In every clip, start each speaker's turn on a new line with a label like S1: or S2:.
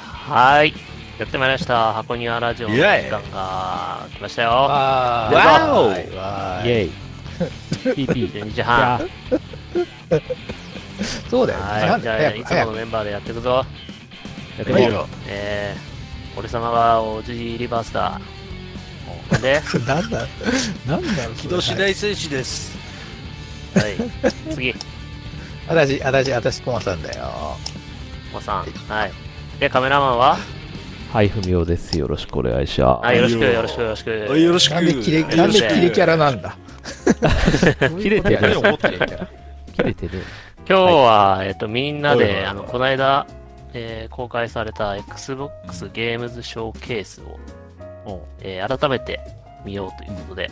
S1: はい。やってまいりました。箱庭ラジオの
S2: イ
S1: 時
S2: エイ
S1: 間が来ましたよ。
S3: わー
S2: わお
S3: わーいわーい
S4: イェイ。PP。
S1: 12時
S4: じゃ
S1: 半。
S4: あ、
S3: そうだよ、
S1: はい。じゃあ、
S3: 早
S1: いつ
S3: く
S1: も
S3: 早
S1: の
S3: く
S1: メンバーでやっていくぞ。
S4: やって
S3: 早く
S4: み
S3: い
S4: よ
S3: よ
S1: えー、俺様はおじいリバースだ。で、
S3: なんだなんだろう
S2: 木戸次
S3: い
S2: 第選手です。
S1: はい。次、
S3: 私私私コマさんだよ
S1: おさん。はい。で、カメラマンは
S4: う。はい、ふみおです。よろしくお願いしま
S1: はい、よろしく、
S2: はい
S1: よろしく、よろし
S2: はい
S1: く。
S2: よろしく。
S3: なんでキレ
S2: はい
S3: なんでキレキャ。
S2: よ
S3: ラなんだ
S4: す。切れて
S5: 何
S4: る
S5: を。思ってるんだよ
S4: 切れてる。
S1: 今日は、えっと、みんな
S2: はいはい
S1: で、
S2: はい
S1: あの、この間、えー公開された Xbox ゲームズショーケースを、えー改めて見ようということで。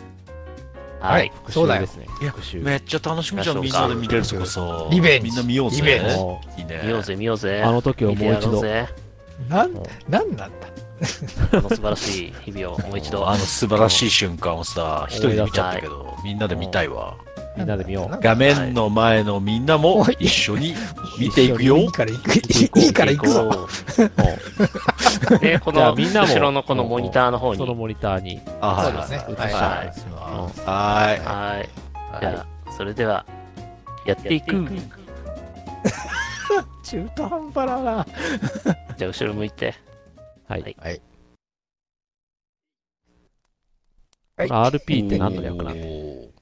S1: は
S3: はいい。
S4: 復
S3: そうだ
S4: 習で
S3: よ
S4: すね。
S2: いや
S4: 復習。
S2: めっちゃ楽しみじゃん、
S1: 見
S2: みん
S1: ましょうか
S2: なで見れるとこさ。
S3: リベンジ
S2: みんな見ようぜ。
S3: リベンジ
S4: も
S2: いいね。
S1: 見ようぜ、見よう
S4: う
S1: ぜ。
S4: あの時を
S1: 見て
S4: もう
S1: や
S4: 一
S1: ろう
S4: 度。
S1: ぜ。
S3: なんなんなんだ
S1: あの素晴らしい日々をもう一 度。
S2: あの素晴らし
S1: い。
S2: い瞬間をさ、一人で見ちゃったけど、みんなで見たいわ。
S4: みんなで見よう。
S2: 画面の前のみんなも一 緒に見ていく
S3: い
S2: よ
S3: い。から行くいいから行くぞ
S1: うん。 で、こ
S4: じゃあ
S1: の、
S4: みんなも
S1: 後ろのこのモニターの方
S4: その
S1: に。
S4: モニターに。
S2: あ
S3: そうですね
S2: はい
S3: はい
S1: はい
S2: はい。は
S1: はい。じ
S2: い
S1: ゃあ、それでは、やっていく。
S3: 中途半端だな
S1: じゃあ、後ろ向いて。
S4: はい。
S3: はい
S4: RP って何の略なんだ
S2: お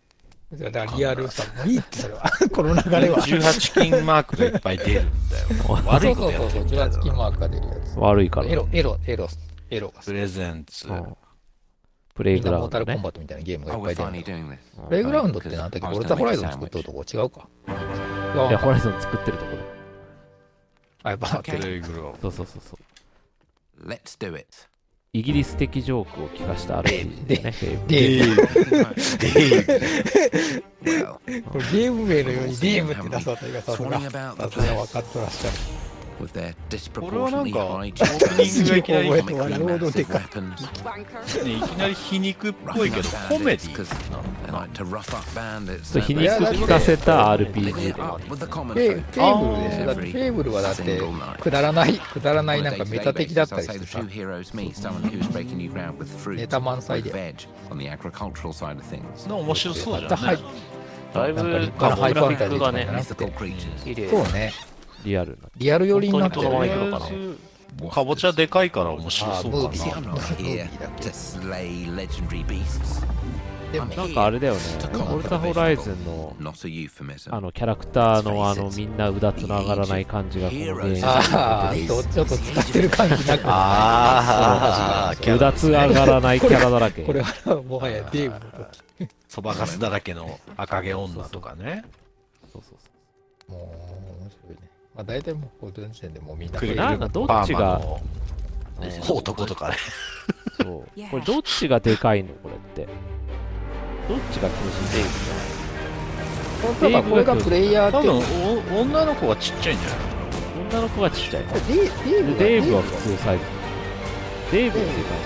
S3: だからリアルさもういいってそれは この流れ
S2: ー
S3: は
S2: 18金マークがいっぱい出るん だよ。悪いこと
S3: そう
S2: やってる
S3: そうそう
S2: み
S3: ジュ
S2: たい
S3: ラ
S2: だ
S3: スキ
S2: な
S3: マークが出るやつ
S4: 悪いから。
S3: エロエロエロエロが
S2: プレゼンツ
S4: う。んプレ
S3: み
S4: イ
S3: ん
S4: グ
S3: な
S4: ラウ
S3: モー
S4: ン
S3: タル
S4: ド
S3: コン
S4: ね。
S3: バットみたいなゲームがい
S5: How
S3: っぱ
S5: we're
S3: い出る
S5: finally
S3: の
S5: doing this.
S3: プレイグラウンドってなんだっけど、
S5: I was
S3: 俺と
S5: gonna
S3: ホライゾ
S5: make
S3: ン
S5: a
S3: 作
S5: sandwich.
S3: っとるとこ違うか。
S4: いや、ホライゾン作ってるとこで。
S3: あ、やっぱ、
S2: プレイグラウン
S4: そうそうそうそう。
S5: Let's do it.
S4: イギリス的ジョークを聞かした RPG でね。
S3: デーム。
S5: Well,
S3: これゲーム名のようにデームって出すあたりがさすが、
S5: Sorting about the
S3: さすが分かってらっしゃる。
S5: with their
S2: これはなんか、
S5: disproportionately high
S2: オープニング
S5: chances
S2: がいきなり
S3: 覚
S5: of
S3: えて
S5: comically
S3: 笑うほどで
S5: massive
S3: かい。
S5: weapons,
S2: ド。ねいきなり皮肉っぽい
S5: roughing
S2: けど、
S5: up
S2: コメディ
S5: bandits because
S2: ーなの
S5: they like to rough up bandits.
S4: そう、皮
S5: don't
S4: 肉
S5: they?
S4: 聞かせた
S5: They
S4: RPG で
S5: lit
S4: もあ
S5: up
S4: る。
S5: with the common
S3: で、
S5: folk.
S3: テーブルでしょ。だってテ
S5: Every
S3: ーブルはだって、
S5: single night.
S3: くだらない、くだらないなんか
S5: On a
S3: メ
S5: day-to-day
S3: タ的だっ
S5: basis,
S3: た
S5: I'll
S3: りし
S5: say the
S3: て
S5: two
S3: さ、
S5: heroes meet someone who's breaking new ground with fruit,
S3: ネタ満載
S5: with
S3: で。
S5: veg on the agricultural side of things.
S2: な面白そう
S3: ま
S2: じ
S3: た
S2: ゃん
S3: は
S2: ね
S3: い。、
S1: だいぶ、
S3: な
S1: グ
S3: んか
S1: ラフ
S3: 立派なハイパ
S1: ィ
S3: ンタ
S1: ッ
S3: ジ
S1: ク
S3: ーと
S1: が
S3: かじゃ
S1: ね、
S3: なく
S5: Mythical
S3: て。
S5: creatures.
S1: 綺麗。
S3: そうね、
S4: リアルな。
S3: リアル寄りになってる
S1: 本当に
S3: ね。
S1: 整えてるかな
S2: かぼちゃでかいから面白
S3: あ、
S2: そう
S3: ムービ
S2: だ
S3: ー、
S5: See,
S2: な。
S5: I'm
S3: ム
S5: not
S3: ービ
S5: here
S3: ーだっ
S5: to slay legendary beasts.
S3: け。でも
S5: I'm
S4: なん
S5: here
S4: かあれだよね
S5: to。
S4: オ
S5: conquer
S4: ル
S5: the
S4: タホライズ
S5: physical,
S4: ンの
S5: not a euphemism.
S4: あのキャラクターのあのみんなうだつの上がらない感じがこのゲームに
S3: け。あーそうちょっと使ってる感じなく な
S2: あ
S4: うだつ上がらないキャラだらけ
S3: い。これはもはやデームの時。
S2: そばかすだらけの赤毛女とかね。
S4: そうそうそ
S3: もう、面白いね。まあ大体もう、この時点でもうみんな。
S2: クイル
S4: なんかどっちが
S2: パーマの
S4: ね
S2: 男とかね。
S4: うそうこれどっちがでかいのこれってどっちが巨人でいい
S3: だからこれがプレイヤー
S2: 多
S3: っていう
S2: 分お女の子はちっちゃいんじゃない
S4: の女の子がちっちゃいの
S3: デー
S4: でデーブは
S3: デ
S4: 普通サイズデーブっていう感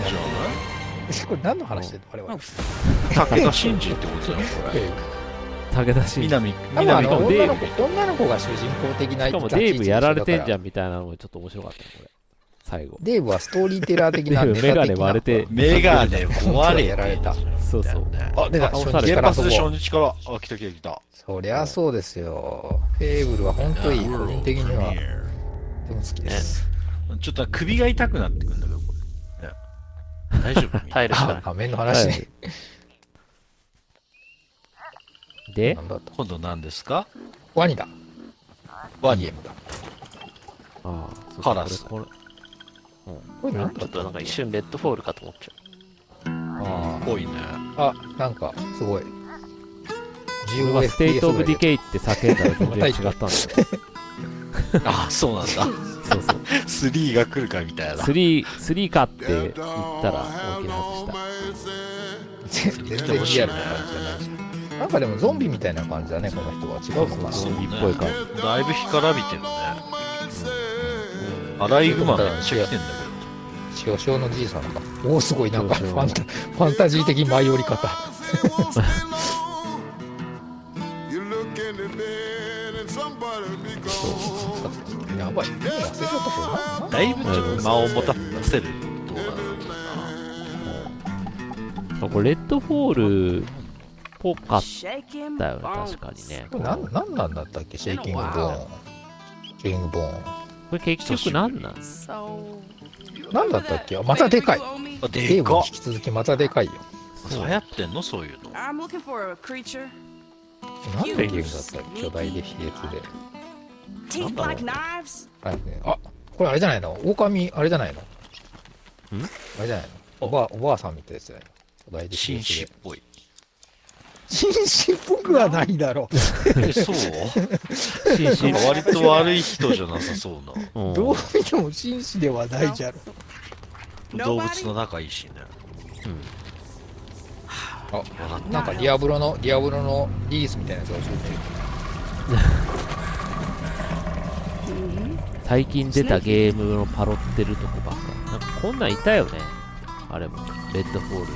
S3: ー
S4: じ
S3: ブこれ何の話してんの我々
S2: 武田真治ってことだよ、これ。
S4: 武田信玄
S2: 南、
S3: 多分あ
S2: 南
S3: の
S2: と
S4: で
S3: 女の子女の子が主人公的な
S4: しかも
S3: 立ち位置の
S4: デーブ
S3: 人
S4: や
S3: だから
S4: れてんじゃんみたいなのもちょっと面白かったねこれ最後
S3: デーブはストーリーテラー的
S4: デ
S3: な
S4: ーブ
S3: ネタ
S4: メ
S3: 的な
S4: ガネ割れて
S2: メガネ壊れ
S3: やられ
S2: て。
S3: た
S4: そうそう
S3: あ出た
S4: 倒
S3: 初
S4: され
S3: 日か
S2: 原
S3: らそ
S2: 発
S3: こ
S2: で初日から、あ、来た来た来た。
S3: そりゃそうですよフェーブルは本当に個人的にはでも好きです
S2: ちょっと首が痛くなってくるんだけど、これ。ね大丈夫
S1: 耐えるしかな
S3: あ
S1: い。
S3: 画面の話ね
S4: で
S3: なんだった
S2: 今度何ですか
S3: ワニだ
S2: ワ
S3: ゲ
S2: ニ
S3: ー。ムだ
S4: ああそう
S2: カラス
S4: これこ
S3: これなん
S1: ち
S3: だ
S1: ょっとなんか一瞬、レッドフォールかと思っちゃ
S3: あ
S2: 多いね。
S3: あなんかすごい
S4: れこれはステイト・オブ・ディ
S3: 15fps
S4: ケイって叫んだら全然違ったんだよ
S2: あ、そうなんだ。
S4: そうそう。
S2: 3が来るかみたいな。
S4: 3、3かって言ったら大きな外した。
S3: 全然リアルな感じじゃないしなんかでもゾンビみたいな感じだねこの人は違うのかな
S4: ゾンビっぽい感じ。
S2: だいぶ干からびてるね。アライグマめっちゃ来てんだ
S3: 塩塩のじいさんかおおすごいなんかフ
S4: 塩塩
S3: ァンタファンタジー的舞い降り方
S6: You look in the bed and somebody be gone.
S3: やばい忘れちゃったけどななん
S2: だいぶちょっと間を持たせる動画だな
S4: あこれレッドフォールっぽかっ
S7: Shake him.
S4: たよね
S7: bones.
S4: 確かにね
S3: これなんなんなんだったっけシェイキングボーン。シェイキングボーン。
S4: これ結局何なん
S7: So.
S3: なんだったっけまたでかい。
S2: あで
S3: ゲーム
S2: か
S3: に
S2: っ
S3: 引き続きまたでかいよ。
S2: 流行ってんのそういうの
S7: I'm looking for a creature.
S3: なんでゲームだったっけ巨大で卑劣で。
S7: Teeth like knives.
S3: あれねあこれあれじゃないの狼、あれじゃないのんあれじゃないのおばあ、おばあさんみたいですね。巨大で卑
S2: 紳
S3: 劣
S2: 士っ
S3: で。
S2: ぽい
S3: 紳士っぽくはないだろう。
S2: えそう
S4: 紳士
S2: なんか割と悪い人じゃなさそう
S4: う
S3: どうん見ても紳士ではないじゃろ。
S2: な動物の仲いいしね
S3: あ、
S2: 笑っ
S3: なんかディアブロの、ディアブロのリリースみたいなやつが教えてる。
S4: 最近出たゲームのパロってるとこばっかなんかこんなんいたよねあれもレッドフォールで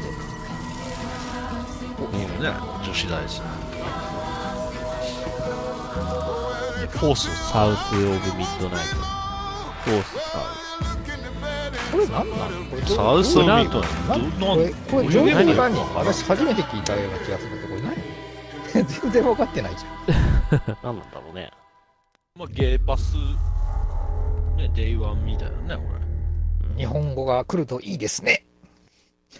S2: たいいね女子大生フォースを
S4: サウス・オブ・ミッドナイトフォース使う
S3: これなんなのこれどう
S2: サウス
S3: ど
S2: を
S3: う
S2: 見
S3: なん
S2: ると
S3: これ、これ
S2: ど
S3: 情
S2: ういう
S3: 報
S2: 何
S3: がね、私初めて聞いたような気がするけど、これ何全然分かってないじゃ
S1: 何なんだろうね。
S2: まあ、ゲーパス、ね、デイワンみたいなね、こ
S3: ん。日本語が来るといいですね。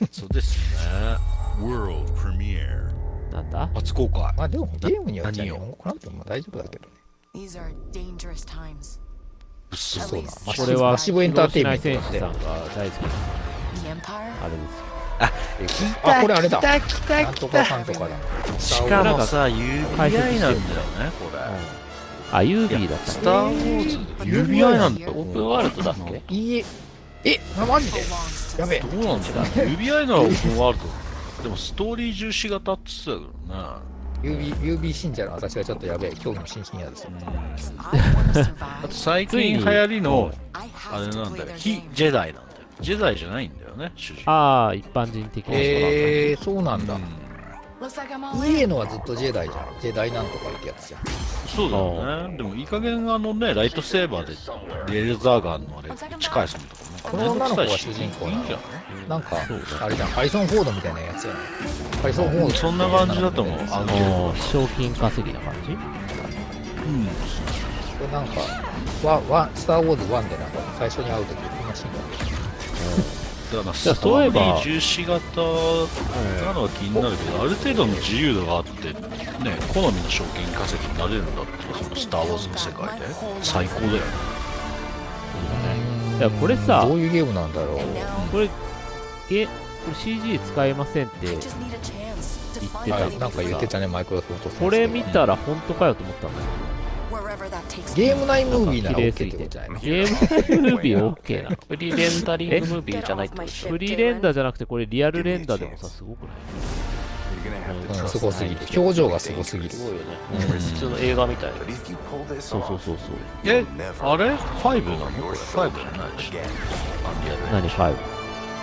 S2: れ。そうですね。
S8: World premiere.
S4: なんだ
S2: 初公開。
S3: まあでもゲームによっちゃ日
S2: 何を
S3: 本語来なくても大丈夫だけどね。
S7: These are dangerous times.
S2: うっそ
S3: そうな。マ
S4: これは
S3: ッシブエンターテインメン
S4: 広
S3: ト
S4: 島
S3: だ
S4: 選
S3: っ
S4: 手さんが大好きな
S7: The Empire.
S4: あれですよ
S3: て。あ、これあれだ。なんとかかんとかだ。
S2: しかもさ、
S4: 解
S2: UBI
S4: 説
S2: な
S4: し
S2: ん
S4: て
S2: だよ
S4: る
S2: ね、これ。
S4: あ、ユービーだっ
S2: ス
S4: た
S2: ター・ウォーズ、UBI なんだよ。
S1: オープンワールドだっけ
S3: いいえ。え、あマジで
S7: belongs
S3: や
S7: to
S3: べえ
S2: ど。うなんだろう UBI ならオープンワールド。でも、ストーリー重視型って言ってた
S3: UB、UB 信者の私はちょっとやべえ。今日の新深夜ですよ。
S2: けどね。うん
S7: I want to
S2: あと、
S7: survive.
S2: 最近流行りの、
S7: I
S2: あれ
S7: have to
S2: なん
S7: play
S2: だよ
S7: their。
S2: 非
S7: game.
S2: ジェダイなんだよ。ジェダイじゃないんだよね、主人公。
S4: ああ、一般人的な人
S3: えー、そうなん
S2: う
S3: だ。
S2: ん
S7: Looks like I'm all
S3: いい
S7: in.
S3: えのはずっとジェダイじゃん。ジェダイなんとかってやつじゃん。
S2: そうだよね。でもいい加減あのね、ライトセーバーでレーザーガンのあれ打ち返すのとか
S3: この
S2: なん
S3: 女の子
S2: か面
S3: が
S2: 倒くさいし
S3: 主人公
S2: い
S3: ないの
S2: じゃん。
S3: なんか、あれじゃん、ハリソン・フォードみたいなやつやね。ハリソン・フォード。
S2: そんな感じだと思う。あ
S4: だった
S2: の
S4: おー、賞金稼ぎな感じ
S2: うん、
S3: これなんか、ワン、ワン、スター・ウォーズ1でなんか、最初に会うとき、こんなシーンだった
S2: だから
S4: じゃあ
S2: スト
S4: そういえ
S2: ーリ
S4: ば
S2: ー重視型なのは気になるけど、ある程度の自由度があって、ね、好みの賞金稼ぎになれるんだって、そのスター・ウォーズの世界で。最高だよね。
S4: いやこれさ
S3: どういうゲームなんだろう。
S7: And now
S4: これ、ゲ、これ CG 使えませんって、
S7: I just need a chance to
S4: It
S7: find
S4: 出
S3: は
S4: た
S3: い、なんか言ってたね、マイクロソフト。
S4: これ見。たら本当かよと思ったんだ
S7: wherever that takes
S3: ゲ
S7: me.
S3: ーム内ムービーなら
S4: 綺
S3: OK
S4: 麗
S3: っ
S4: す
S3: て
S4: ぎて
S3: ことじゃないの
S4: けど。ゲームムービー OK なの。
S1: フリーレンダリングムービーじゃないってことでしょ
S4: フリーレンダーじゃなくて、これリアルレンダーでもさ、すごくない
S5: You're gonna have
S3: う
S5: to
S3: ん、
S5: trust
S3: すごすぎる
S5: Nigel to。get
S3: 表情
S5: through
S3: が
S5: the
S3: すごすぎる。
S1: すごいよね。これ普通の映画みたいな。
S8: But if you pull this
S4: そうそ
S8: off,
S4: うそうそう。
S2: え、あれ ?5 なのこれ ?5 じゃないでしょ。アンリアル
S4: 何、5?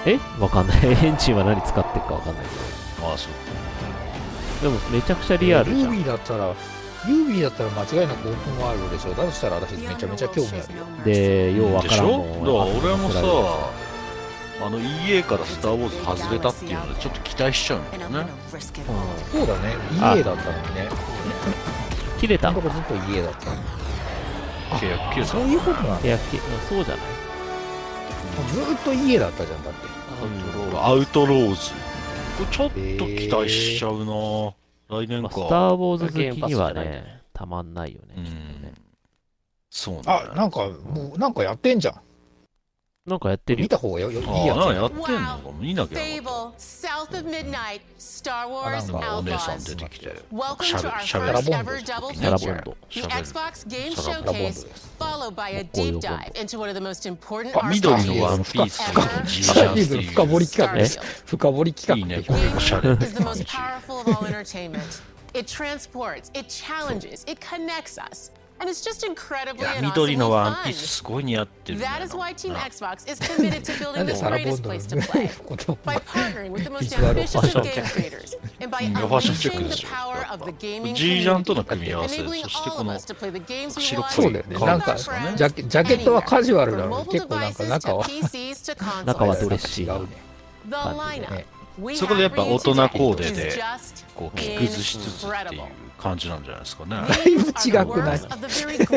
S4: えわかんない。 エンジンは何使ってるかわかんないけ
S2: ああ、そう。
S4: ど。でも、めちゃくちゃリアル
S3: ム
S4: じゃ
S3: ービ
S4: ん。
S3: ーだったら、ユービーだったら間違いなくオープンワールドでしょ。だとしたら私
S7: The
S3: めちゃめ
S7: unknown
S3: ちゃ興味あ
S7: shows
S3: る
S7: no
S3: よ。
S7: mercy.
S4: で、ようわ
S2: で
S4: か
S2: し
S4: らん
S2: ょ
S4: も
S2: だから
S4: ん。
S2: 俺もさあの EA から「スター・ウォーズ」外れたっていうのでちょっと期待しちゃうんだ
S7: And
S2: よ
S7: I'm
S2: ね
S7: gonna risk it
S4: う
S7: all.
S4: ん
S3: そうだね、
S4: あ
S3: EA だったのにね。
S4: 切れ
S3: な
S4: た
S3: ん
S4: の
S3: とこずっと EA だったのに。
S2: 契約切れた
S3: そういうことなんだ。
S4: いや、けそうじゃない
S3: ずーっと EA だったじゃん、だって。
S2: アウトローズこれちょっと期待しちゃうな、来年
S4: まあ
S2: か
S4: スター・ウォーズ
S1: ゲームパス
S4: 好き
S1: じ
S4: に
S1: ゃ
S4: は
S1: ないんだよね
S4: ね、たまんないよね。
S2: う
S4: きっとね
S2: んそうなんだ
S3: あ、なんか、もう、なんかやってんじゃん。
S4: なんかやってる
S3: 見
S4: よ。
S3: た方がよよい
S2: あ
S3: いや
S2: なんか
S3: つ。
S2: やってんのか見なきゃなかっ
S9: Fable, South of Midnight, Star
S3: あ、なん
S9: Wars
S3: か
S2: たお姉さん
S9: Outlaws.
S2: 出てきて
S9: Welcome
S2: しゃ
S9: to
S2: べ
S9: our
S2: しゃべる
S9: first
S3: ラボンド
S9: ever double
S4: サラボ
S9: feature,
S4: ンド。
S9: the
S2: しゃべる
S9: Xbox Game
S2: サラボ
S3: ラボン
S2: ンド。
S9: Showcase,
S3: ドです。
S9: followed by a
S4: こういうこ
S9: deep dive into one of the most important
S2: あ緑
S9: RPGs
S2: のワンピース のジーシャンって
S3: シーズン 深掘り企画
S4: え
S3: ね。深掘り
S2: い
S3: 企
S2: い
S3: 画
S2: ね
S3: ね。
S2: これおしゃれ
S9: is the most powerful of all entertainment. It transports, it challenges, it connects us. and it's just incredibly
S2: いや
S9: and
S2: 緑
S9: awesomely
S2: のワンピー
S9: fun.
S2: スすごい似合ってるんだよ
S9: That
S2: な
S9: is why Team Xbox is committed to
S3: なん
S9: building
S3: で
S9: the
S3: サラ・ボン
S9: greatest
S3: ドの
S9: place to play
S3: ことを
S9: by partnering with the most
S3: ビジュアル
S9: ambitious of
S1: ファッションチェック。
S9: game creators and by
S2: ファッションチェック
S9: unleashing
S2: で
S9: the
S2: しょ
S9: power of the gaming
S2: ジージャン
S9: community,
S2: との組み合わせそ
S9: enabling
S2: して
S9: all
S2: こ
S9: of
S2: の
S9: us to play the games we
S2: 白っ
S9: want
S2: ぽい
S3: そうだよね。
S2: カ
S3: なん
S2: ード
S3: か、
S2: で
S3: ジ
S2: すかね
S3: ャケジャケットはカジュアルな
S9: from
S3: のに
S9: mobile
S3: 結構なんか
S9: devices to
S3: 中は、
S9: PCs to
S4: 中は
S9: consoles.
S4: ドレ
S3: なん
S4: ッシー
S3: か違うね。
S9: The
S4: ね
S9: lineup we
S2: そこでやっぱ
S9: have for you
S2: 大人
S9: today
S2: コーデで
S9: is just
S2: こう着崩しつつっていう
S9: incredible.
S2: 感じなんじゃないですかね
S9: い
S3: だいぶ違くない
S9: works of the very greatest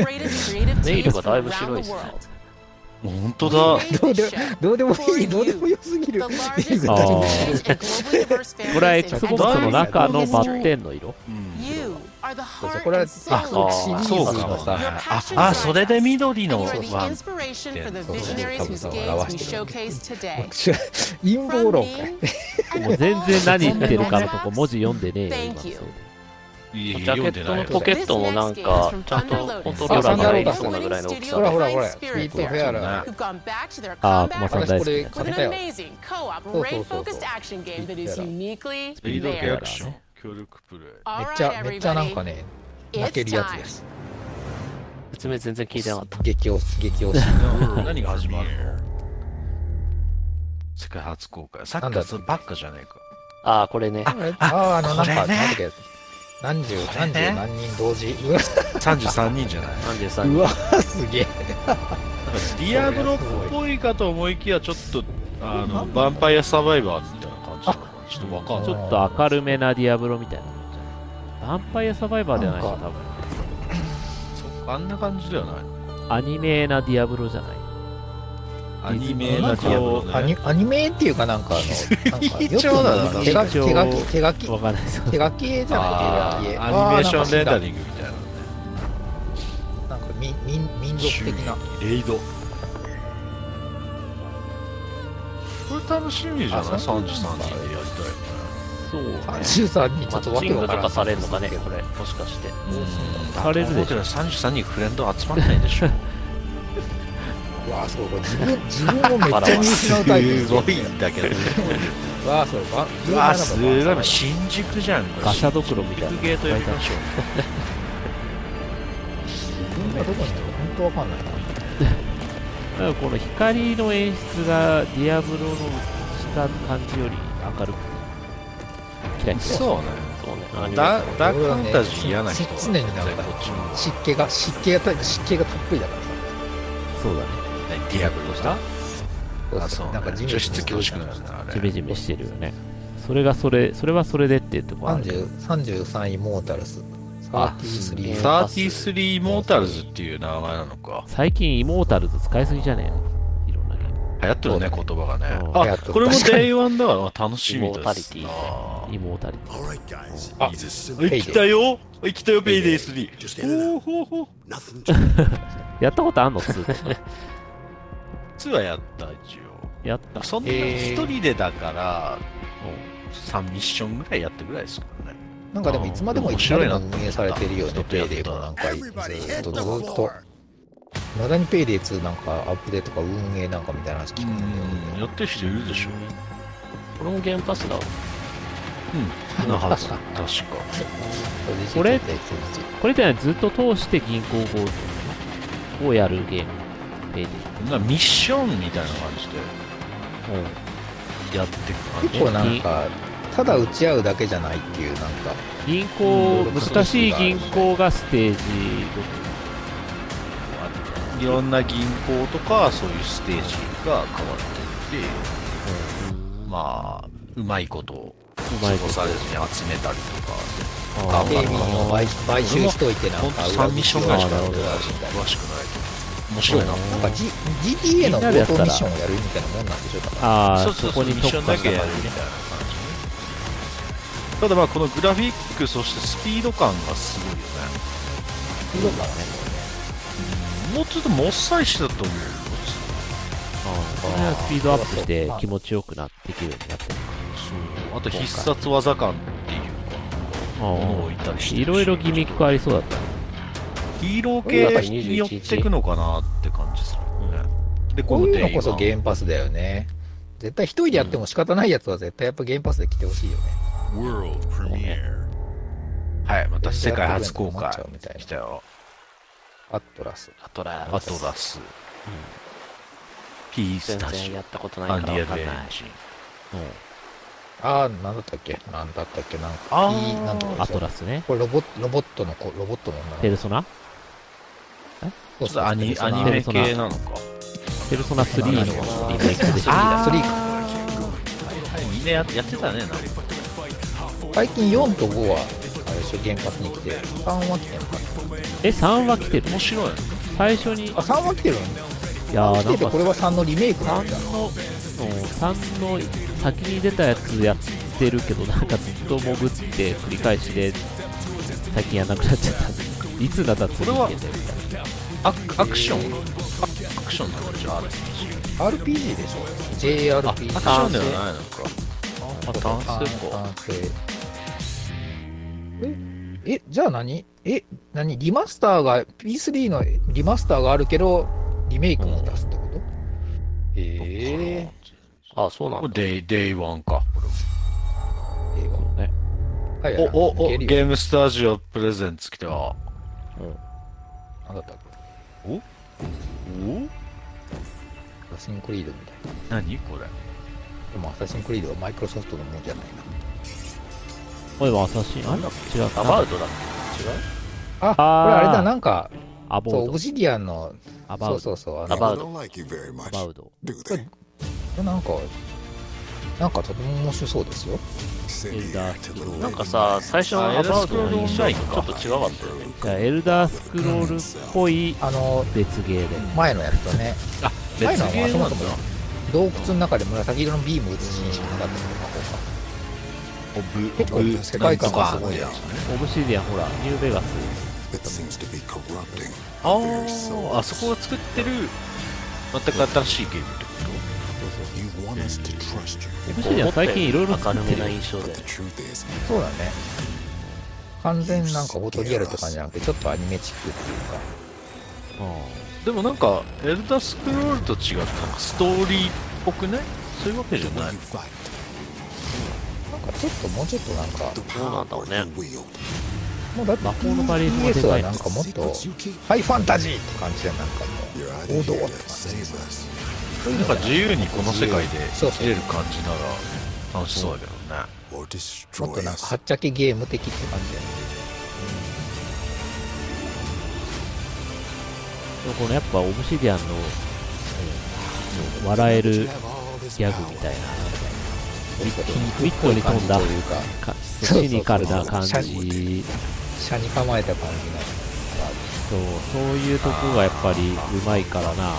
S9: creative
S1: ネイル
S9: teams
S1: が
S9: from
S1: だいぶ白いで
S9: around the
S1: すね
S9: world.
S2: もう本当だ
S9: We made
S3: どうで
S9: this show
S3: どうでもいい、
S9: for
S3: どうでも
S9: you,
S3: 良すぎ
S9: the
S3: る。
S4: あ
S9: largest
S4: ー
S9: engaged and globally diverse
S4: これは
S9: fan base in
S4: Xbox の中の
S9: Xbox
S4: バ
S9: history.
S4: ッテンの色
S9: You are the
S3: そうそう
S9: heart
S3: これは
S9: and soul
S1: あ
S9: of
S1: そう
S9: Team
S1: か
S9: Xbox.
S3: シリーズの
S2: そうか
S3: さ、
S9: Your
S2: あ
S9: passion
S2: あ
S9: drives
S2: それで
S9: us,
S2: 緑
S9: and
S2: の
S9: you are
S2: ワ
S9: the
S2: ン
S9: inspiration for the
S2: そうそうそう、
S9: visionaries whose
S3: 多分そう、
S9: games we
S3: 表してる。
S9: showcase today.
S3: 陰
S9: From
S3: 謀論かい
S9: me。and
S4: もう全然何言ってるかのと
S9: all
S4: こ
S9: Xbox,
S4: 文字読んでねえ よ今のせい
S9: Thank you.
S4: で
S2: い
S1: ジャ
S2: や
S1: ケ
S2: 読
S1: ッ
S2: んで
S1: ト
S2: ない
S1: の
S2: よ
S1: ポケットもなんか、ちゃんとコントローラーがないとこんなぐらいの大きさ
S3: ほら
S1: で。
S3: ほらほら、フ
S9: フィ
S3: ィ
S9: ー
S3: ー
S9: ト
S3: ト
S9: フ
S3: フ
S9: ェ
S3: ェ
S9: ア
S3: ア
S2: ラ
S3: ラ
S9: who've gone back to their
S4: あー、コ
S9: comeback
S4: マさん大
S3: 私
S4: 好
S3: これ
S4: き
S3: 買ったよ。
S4: な
S9: with an amazing co-op
S3: そうそうそうそう。
S9: raid-focused action game that is
S3: いいキャラ。
S9: uniquely
S2: スピード系アクショ
S9: theirs.
S2: ン協力プレイ
S9: All
S3: めっ
S9: right,
S3: ちゃ、めっちゃなんか
S9: everybody,
S3: ね、泣け
S9: it's
S3: るやつで
S9: time.
S3: す。
S1: 説明全然聞いてなかった。
S3: 激推し、激 推し。
S2: 何が始まるの世界初公開。サッカーそればっかじゃねえか。
S1: ああ、これね。
S3: ああ、あの、なんか、
S2: これね
S3: なんだっけ、何十、
S2: これ
S3: 何
S2: ね
S3: 十何人同時。うわ、
S2: 33人じゃない。
S1: 33
S3: う
S1: 人。
S3: わすげえ。
S2: なんかディアブロっぽいかと思いきや、ちょっと、あの、ヴァンパイアサバイバーみたいな感じなのかなちょっとわか
S4: ち
S2: んない。
S4: ょっと明るめなディアブロみたいなのじゃないヴァンパイアサバイバーではないでしょ
S3: なんか
S4: 多分
S2: あんな感じではないの
S4: アニメなディアブロじゃない
S2: アニメなディアブロ
S3: ア
S2: ね。
S3: ニアニメっていうかなんか あの、なんか、よく
S2: 一応だな
S3: 手書き、
S4: 一応
S3: 手書き、手書き、
S4: わかんないです
S3: 手書き絵じゃな
S2: あ
S3: い手書き絵
S2: ー
S3: わ
S2: アニメーションレンダ
S3: なんか
S2: リングみたいなね。
S3: なんか民民民族的な。
S2: レイド。これ楽しみじゃない
S3: あ
S2: ?33 人でやり
S4: そう
S3: 33人ちょ
S1: マ
S3: っと
S1: ッ
S3: わ
S1: チ
S3: け
S1: ン
S3: わ
S1: グ
S3: か
S1: と
S3: ら
S1: か
S3: ん
S1: されるのかね、これ。もしかして。
S2: たい。
S4: されるでしょ
S2: だと思うけど33人フレンド集まんないでしょ。
S3: うわあそうこれ自分自分をめっちゃ見失うタイプです
S2: すご
S3: よ
S2: いんだけどね。
S3: わあそうバ
S2: うわ、すごい。
S3: 17番
S2: 新宿じゃん。これ
S4: ガシャドクロみたいな
S2: 新宿ゲート呼びましょう。
S3: 自分がどこにいるか本当わかんないな
S4: なんかこの光の演出がディアブロのした感じより明るくてキラキラして
S2: そうね。
S1: そうね。アニメ
S2: ダダークファンタジー嫌な人は
S3: 常になんか
S2: こっちも。
S3: 湿気が湿気がた湿気がたっぷりだからさ
S4: そうだね
S2: ディアブロした
S3: そう
S2: あ、そう。
S3: なんか地面
S2: 除湿恐縮なんだ、あれ。
S4: ジメジメしてるよねそれがそれそれはそれでっていうとこあるけど
S3: 33イモータルス
S4: あ
S3: 33
S1: す
S2: 33イモータルズっていう名前なのか。
S4: 最近イモータルズ使いすぎじゃねえのいろんなゲーム
S2: 流行ってるね、言葉がね
S4: う。ん
S3: 流行
S2: あ
S3: って、る
S2: これも Day1 だから楽しみ
S1: イモー
S2: で
S1: タリ
S2: す
S1: ティ
S2: な。
S4: イモータリティ
S8: All right, guys.
S3: Ah.
S8: It's as simple.
S2: 生きたよ生きたよ、ペイデイ
S8: Just
S2: 3。
S8: edit
S2: おーほーほー。
S8: Nothing. to-
S4: やったことあんの2とか
S2: 2はやった、一
S4: やった
S2: 応。そんな一人でだから、もう3ミッションぐらいやったぐらいですからね。
S3: なんかでもいつまでもいつまでも運営されてるよね
S2: 面
S3: ペ
S2: 白いな
S3: イデーもなんかず
S8: Everybody
S3: ーっ
S8: hit
S3: と
S8: the
S3: ずーっと
S8: floor.
S3: まだにペイデー2なんかアップデートとか運営なんかみたいな話聞くんだけ
S2: うん、やってる人いるでしょ。
S1: これもゲームパスだ。
S2: うん、なはず、確か。
S3: どね
S4: これ
S3: 実は実は
S4: これってねずっと通して銀行強盗をやるゲームペイデ
S2: なミッションみたいな感じ
S4: ィうん
S2: でやっていく感じ。
S3: 結構なんかただ打ち合うだけじゃないっていうなんか
S4: 銀行
S3: うん
S4: 難しい銀行がステージ
S2: いろんな銀行とかそういうステージが変わっていって、まあうまいことを
S4: うまいこ
S2: 過ご
S4: と
S2: されずに集めたりと
S4: あ
S2: か
S3: 警
S2: で
S3: 備
S2: 頑
S3: 員を
S2: 張っ
S3: 買買収しといて
S2: た
S3: な
S2: ほ
S3: ん
S2: んと
S3: か
S2: 3ミッションぐらいしかやってない
S3: 裏口とか
S2: 詳しくないと面白いな
S3: なんか、G、GTA の
S4: みんなでや
S3: 強盗
S4: ったら
S3: ミッションをやるみたいなもんなんでしょだから
S4: ああ
S2: そ
S4: そう
S2: そう
S4: こ
S2: そう
S4: に
S2: ミッシ
S4: 特
S2: ョン
S4: 化
S2: だ
S4: し
S2: け
S4: た
S2: や
S4: 感
S2: るみ
S4: じ
S2: たいな感じねただまあこのグラフィックそしてスピード感がすごいよね
S3: いいのかね
S2: もうちょっともっさりしてたと思うよ
S4: これはスピードアップして気持ちよくなってきるようになってる
S2: そうあと必殺技感っていう物を置いたりしてるし
S4: いろいろギミックありそうだったね
S2: ヒーロー系に寄ってくのかなって感じするね。で、
S3: こういうの
S2: デイワ
S3: こ
S2: ン
S3: そゲームパスだよね絶対一人でやっても仕方ないやつは絶対やっぱゲームパスで来てほしいよね
S8: World premiere.
S2: はい、また世界初公開
S3: やってくれんと困っちゃうみたいな
S2: 来たよ。
S3: アトラス。
S1: アトラ
S2: アトラス、ピース
S1: 全
S2: タ
S1: 然
S2: ジ
S1: やったこと
S2: オ
S1: な
S2: ア
S1: い
S2: ン
S1: か
S2: デ
S1: ら
S2: ィ
S1: わ
S2: ア
S1: かん
S2: レン
S1: ない。
S2: ジ
S3: ああ、なんだったっけなんだったっけなんか、
S2: あ
S3: いいなんとか
S4: アトラスね。
S3: これロボロボットの子、ロボットの女の子
S4: ペルソナ
S2: ちょっとアニアニ
S4: ペ
S2: メ
S4: ルソナ
S2: 系なのか
S4: ペルソナ3のリメイクでしょ。
S3: あー3か。
S2: はいみんなややってたねなんか
S3: 最近4と5は、あれでしょ、原発に来て、3は来てんのかな
S4: え、3は来てる
S2: 面白いね
S4: 最初に、い
S3: あ、3は来てるの
S4: や
S3: 3
S4: ー
S3: 来
S4: なん
S3: てて、
S4: か
S3: これは3のリメイクなんだ。
S4: 3の、3の先に出たやつやってるけど、なんかずっと潜って繰り返しで、最近やんなくなっちゃったんで、いつだったら次行けてみたいな。
S2: アクアクションアクションなんかじゃある
S3: RPG でしょ ?JRPG。
S2: アクションではないのかあ単成か
S3: 男性え、え、じゃあ何え、何リマスターが、P3 のリマスターがあるけど、リメイクも出すってこと、え
S1: ああ、そうなん
S2: こ
S1: だ。
S2: れデイデイワンかこれ
S3: ー、映画
S4: ね。
S3: はいはい、
S2: おおお
S3: いけるよ
S2: ゲームスタジオプレゼンツ来ては
S3: なんだったっけ
S2: お
S3: アサシンクリードみたいな。
S2: 何これ
S3: でもアサシンクリードはマイクロソフトのものじゃない
S4: これはアサシン、あれ違う
S2: ア
S4: か
S2: バ
S4: な
S2: ウ。トだ
S3: な。あ、こ
S4: あー
S3: れあれだ、なんか、
S4: アボ
S3: そう、
S4: ー
S3: オ
S4: ド
S3: ブ。シディアンの、
S4: アバ
S3: そう
S4: ウ
S3: そ
S4: ド。
S3: うそう、あ
S1: アバ
S3: の、
S1: ウ
S6: I don't like
S1: ト
S6: you very much,
S4: アバウド。
S6: do they?
S3: なんか、なんかとても面白そうですよ。
S6: Send the
S4: Elder
S6: act to the
S4: Scrolls.
S1: なん
S6: living
S1: かさ、最初のアバウトの印象とちょっと違かったよね。
S6: room.
S4: じゃあエルダースクロールっぽい
S3: あの、
S4: 別ゲーで。
S3: 前のやつとね、
S2: あ
S3: 前
S2: 別
S3: のは
S2: ゲー
S3: そも
S2: なん
S3: そ
S2: だ
S3: も洞窟の中で紫色のビーム打つシーンしかなかったけど、まあこうか
S2: オブ
S3: 結構
S2: オブ
S3: 世界観がすごいな
S2: なんとか
S4: オブシディアン、ほら、ニューベガス。
S6: It seems to be corrupting.
S2: あ
S6: the very
S2: ー
S6: souls.
S2: あそこを作ってる全く新しいゲームってこ
S6: You want us to trust you,
S4: オブシディアン最近いろいろ
S1: 明
S4: 作
S1: る
S4: って
S1: め
S4: る
S1: な。印象
S6: but
S1: で
S6: the。truth is,
S3: そうだね。完全になんかオートリアルって感じじゃなくて、ちょっとアニメチックっていうか、
S2: とでもなんかエルダースクロールと違ってなんかストーリーっぽくねそういうわけじゃ
S6: when
S2: ない
S6: you fight,
S3: なんかちょっともうちょっとなんか
S6: the、
S1: なんだろ
S6: power
S1: うね
S6: you wield,
S3: もうだって
S4: 魔法のバリエーションが
S3: PS は
S4: でか
S3: ないんかもっと
S6: secrets you keep,
S3: ハイファンタジーって感じでなんかも
S6: you're either
S3: う
S6: here to
S3: 王道って感じ。
S6: save us
S2: なんか自由にこの世界で
S3: そう
S2: 生きれる感じなら楽しそうだけどね
S6: or
S3: もっ
S6: destroy
S3: となんかは
S6: us.
S3: っちゃけゲーム的って感じだよね。
S4: でもこのやっぱオブシディアンの、えー笑える
S6: You
S4: ギ
S6: have all this
S4: ャグ
S6: power.
S4: みたいな
S3: 皮
S4: 皮肉っぽい感じという
S3: か、そ
S4: か
S3: うそうそう
S4: シニカルな感じそう
S3: 車に構えた感じが。
S4: そういうとこがやっぱりうまいからな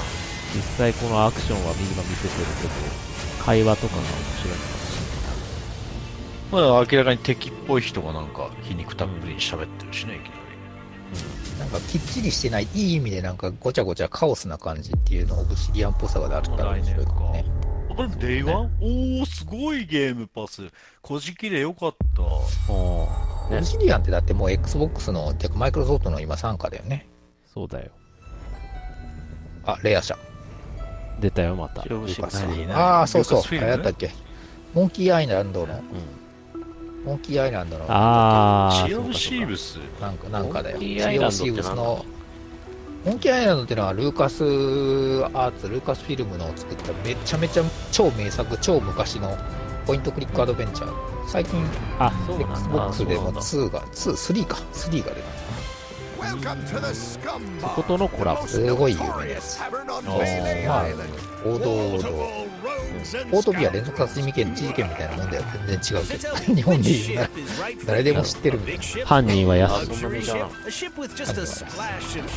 S4: 実際このアクションはみんな見せてるけど会話とかが面白いかもし
S2: まあ明らかに敵っぽい人がなんか皮肉たっぷりに喋ってるしねいきなり
S3: なんかきっちりしてない、いい意味でなんかごちゃごちゃカオスな感じっていうのオブシディアンっぽさがあったら面白いかもね。
S2: これデイワンおおすごいゲームパスこじきでよかった
S3: オブシディアンってだってもう XBOX の、てかマイクロソフトの今参加だよね。
S4: そうだよ
S3: あ、レア社。
S4: 出たよまた
S1: 勝負し
S3: ルカス
S1: ない
S2: 何
S3: ああ、そうそう。
S2: ルカス
S3: あ
S2: フィル
S3: れだ
S2: ム
S3: ったっけモンキーアイランドの、モンキーアイランドの、
S4: あ
S2: チ
S4: ーそ
S2: ア
S4: う
S2: ム
S4: か
S2: シーブス
S3: なんか、なんかだよ。
S1: モンキーアイランドってなんだ
S3: シーの、モンキーアイランドってのはルーカスアーツ、ルーカスフィルムの作っためちゃめちゃ超名作、超昔のポイントクリックアドベンチャー。最近、
S4: あそうなんだ
S3: Xbox でも
S1: あ
S3: 2が、2、3か、3が出た。
S8: Welcome to the scum
S4: そことのコラボ
S3: すごい有名なやつ。まあ、王道王道。オートピア連続殺人事件事件みたいなもんだよ全然違うけど 日本で言うなら誰でも知ってるみたいな
S4: 犯人は安
S1: そんな身じゃん。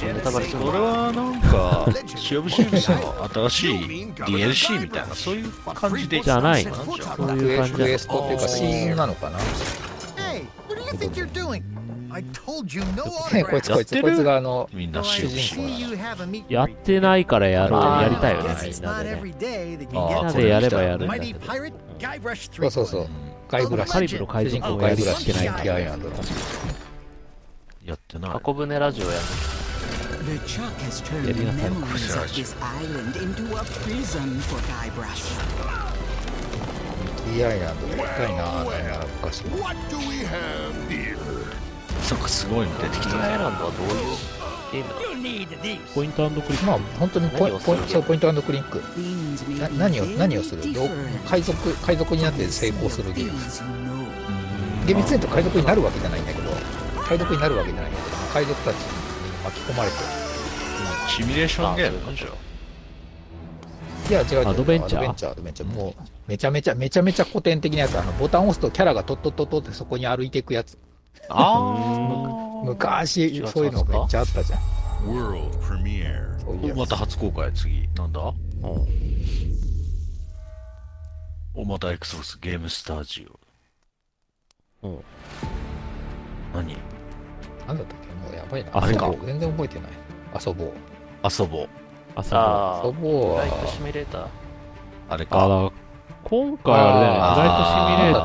S10: ネ
S1: ネタバレす
S2: そ
S1: る
S2: れはなんかチアムシーブスの新しい DLC みたいなそういう感じで
S4: じゃない
S2: んじゃん
S4: そう
S3: ク
S4: いう
S3: エ
S4: 感じ
S3: ク
S4: だ
S3: エストっていうかシーンなのかな
S10: Hey, what do you think you're doing? I told you no
S3: ねこい
S10: autographs.
S3: つこいつ
S2: やってる
S3: こいつがあの
S2: みんな
S10: Though
S2: シ
S10: I
S2: ーブシー
S10: see you have a meet
S4: やってないからやろう
S1: あー
S4: やりたいよね
S10: Guess
S4: みん
S10: it's
S4: な
S10: not
S4: でね
S10: every day that you
S2: あー
S10: get
S4: みんな
S2: こ
S4: で
S2: れ
S4: やればやるんだけ
S10: Mighty
S4: ど
S10: Pirate Guybrush
S3: そうそうそ
S10: 3.0.
S3: うガイブラシ
S4: カリブの海
S3: 主人
S4: 賊
S3: 公
S4: 王
S3: ガ
S4: や
S3: イ
S4: り
S3: ブ
S4: た
S3: ラ
S4: い
S3: シないアイランドの
S2: やってない
S1: 箱舟ラジオやる。
S10: The Chuck has turned
S4: Yeah, we don't have a
S10: memories
S2: question.
S10: this island into a prison for Guybrush.
S3: キーアイランドで行きたいななんなら昔
S8: What do we have here?
S2: なんかすごいの出てき
S1: キ
S2: た
S1: ーアイ
S2: ね
S1: ランドはどういうゲームだ。
S4: ポイントクリック。
S3: まあ本当にポ
S1: 何
S3: イ
S1: をす
S3: ポ
S1: る
S3: イそうポイントクリックな何を何をするどう海賊海賊になって成功するゲーム厳密に言うと海賊になるわけじゃないんだけど海賊になるわけじゃないんだけど海賊たちに巻き込まれて
S2: シミュレーションゲームなんじゃ
S3: いや違う違う
S4: アドベンチャー
S3: アドベンチャーアドベンチャーもうめちゃめちゃめちゃめちゃ古典的なやつあのボタンを押すとキャラがトットットットってそこに歩いていくやつ
S2: あ
S3: 昔そういうのめっちゃあったじゃん
S6: World premiere.
S3: そういう
S2: ーま
S3: やつ
S2: た初公開次なんだおまた XBOX ゲームスタジオ
S4: うん
S2: 何
S3: なんだったっけもうやばいな
S4: あれか
S3: 遊ぼう全然覚えてない遊ぼう
S2: 遊ぼう
S4: 朝
S1: あ
S3: 遊
S1: ー、
S3: ぼう
S1: ライ
S3: は
S1: トシミュレーター。
S2: あれ
S4: あ
S2: か
S4: ら、今回あれだよね、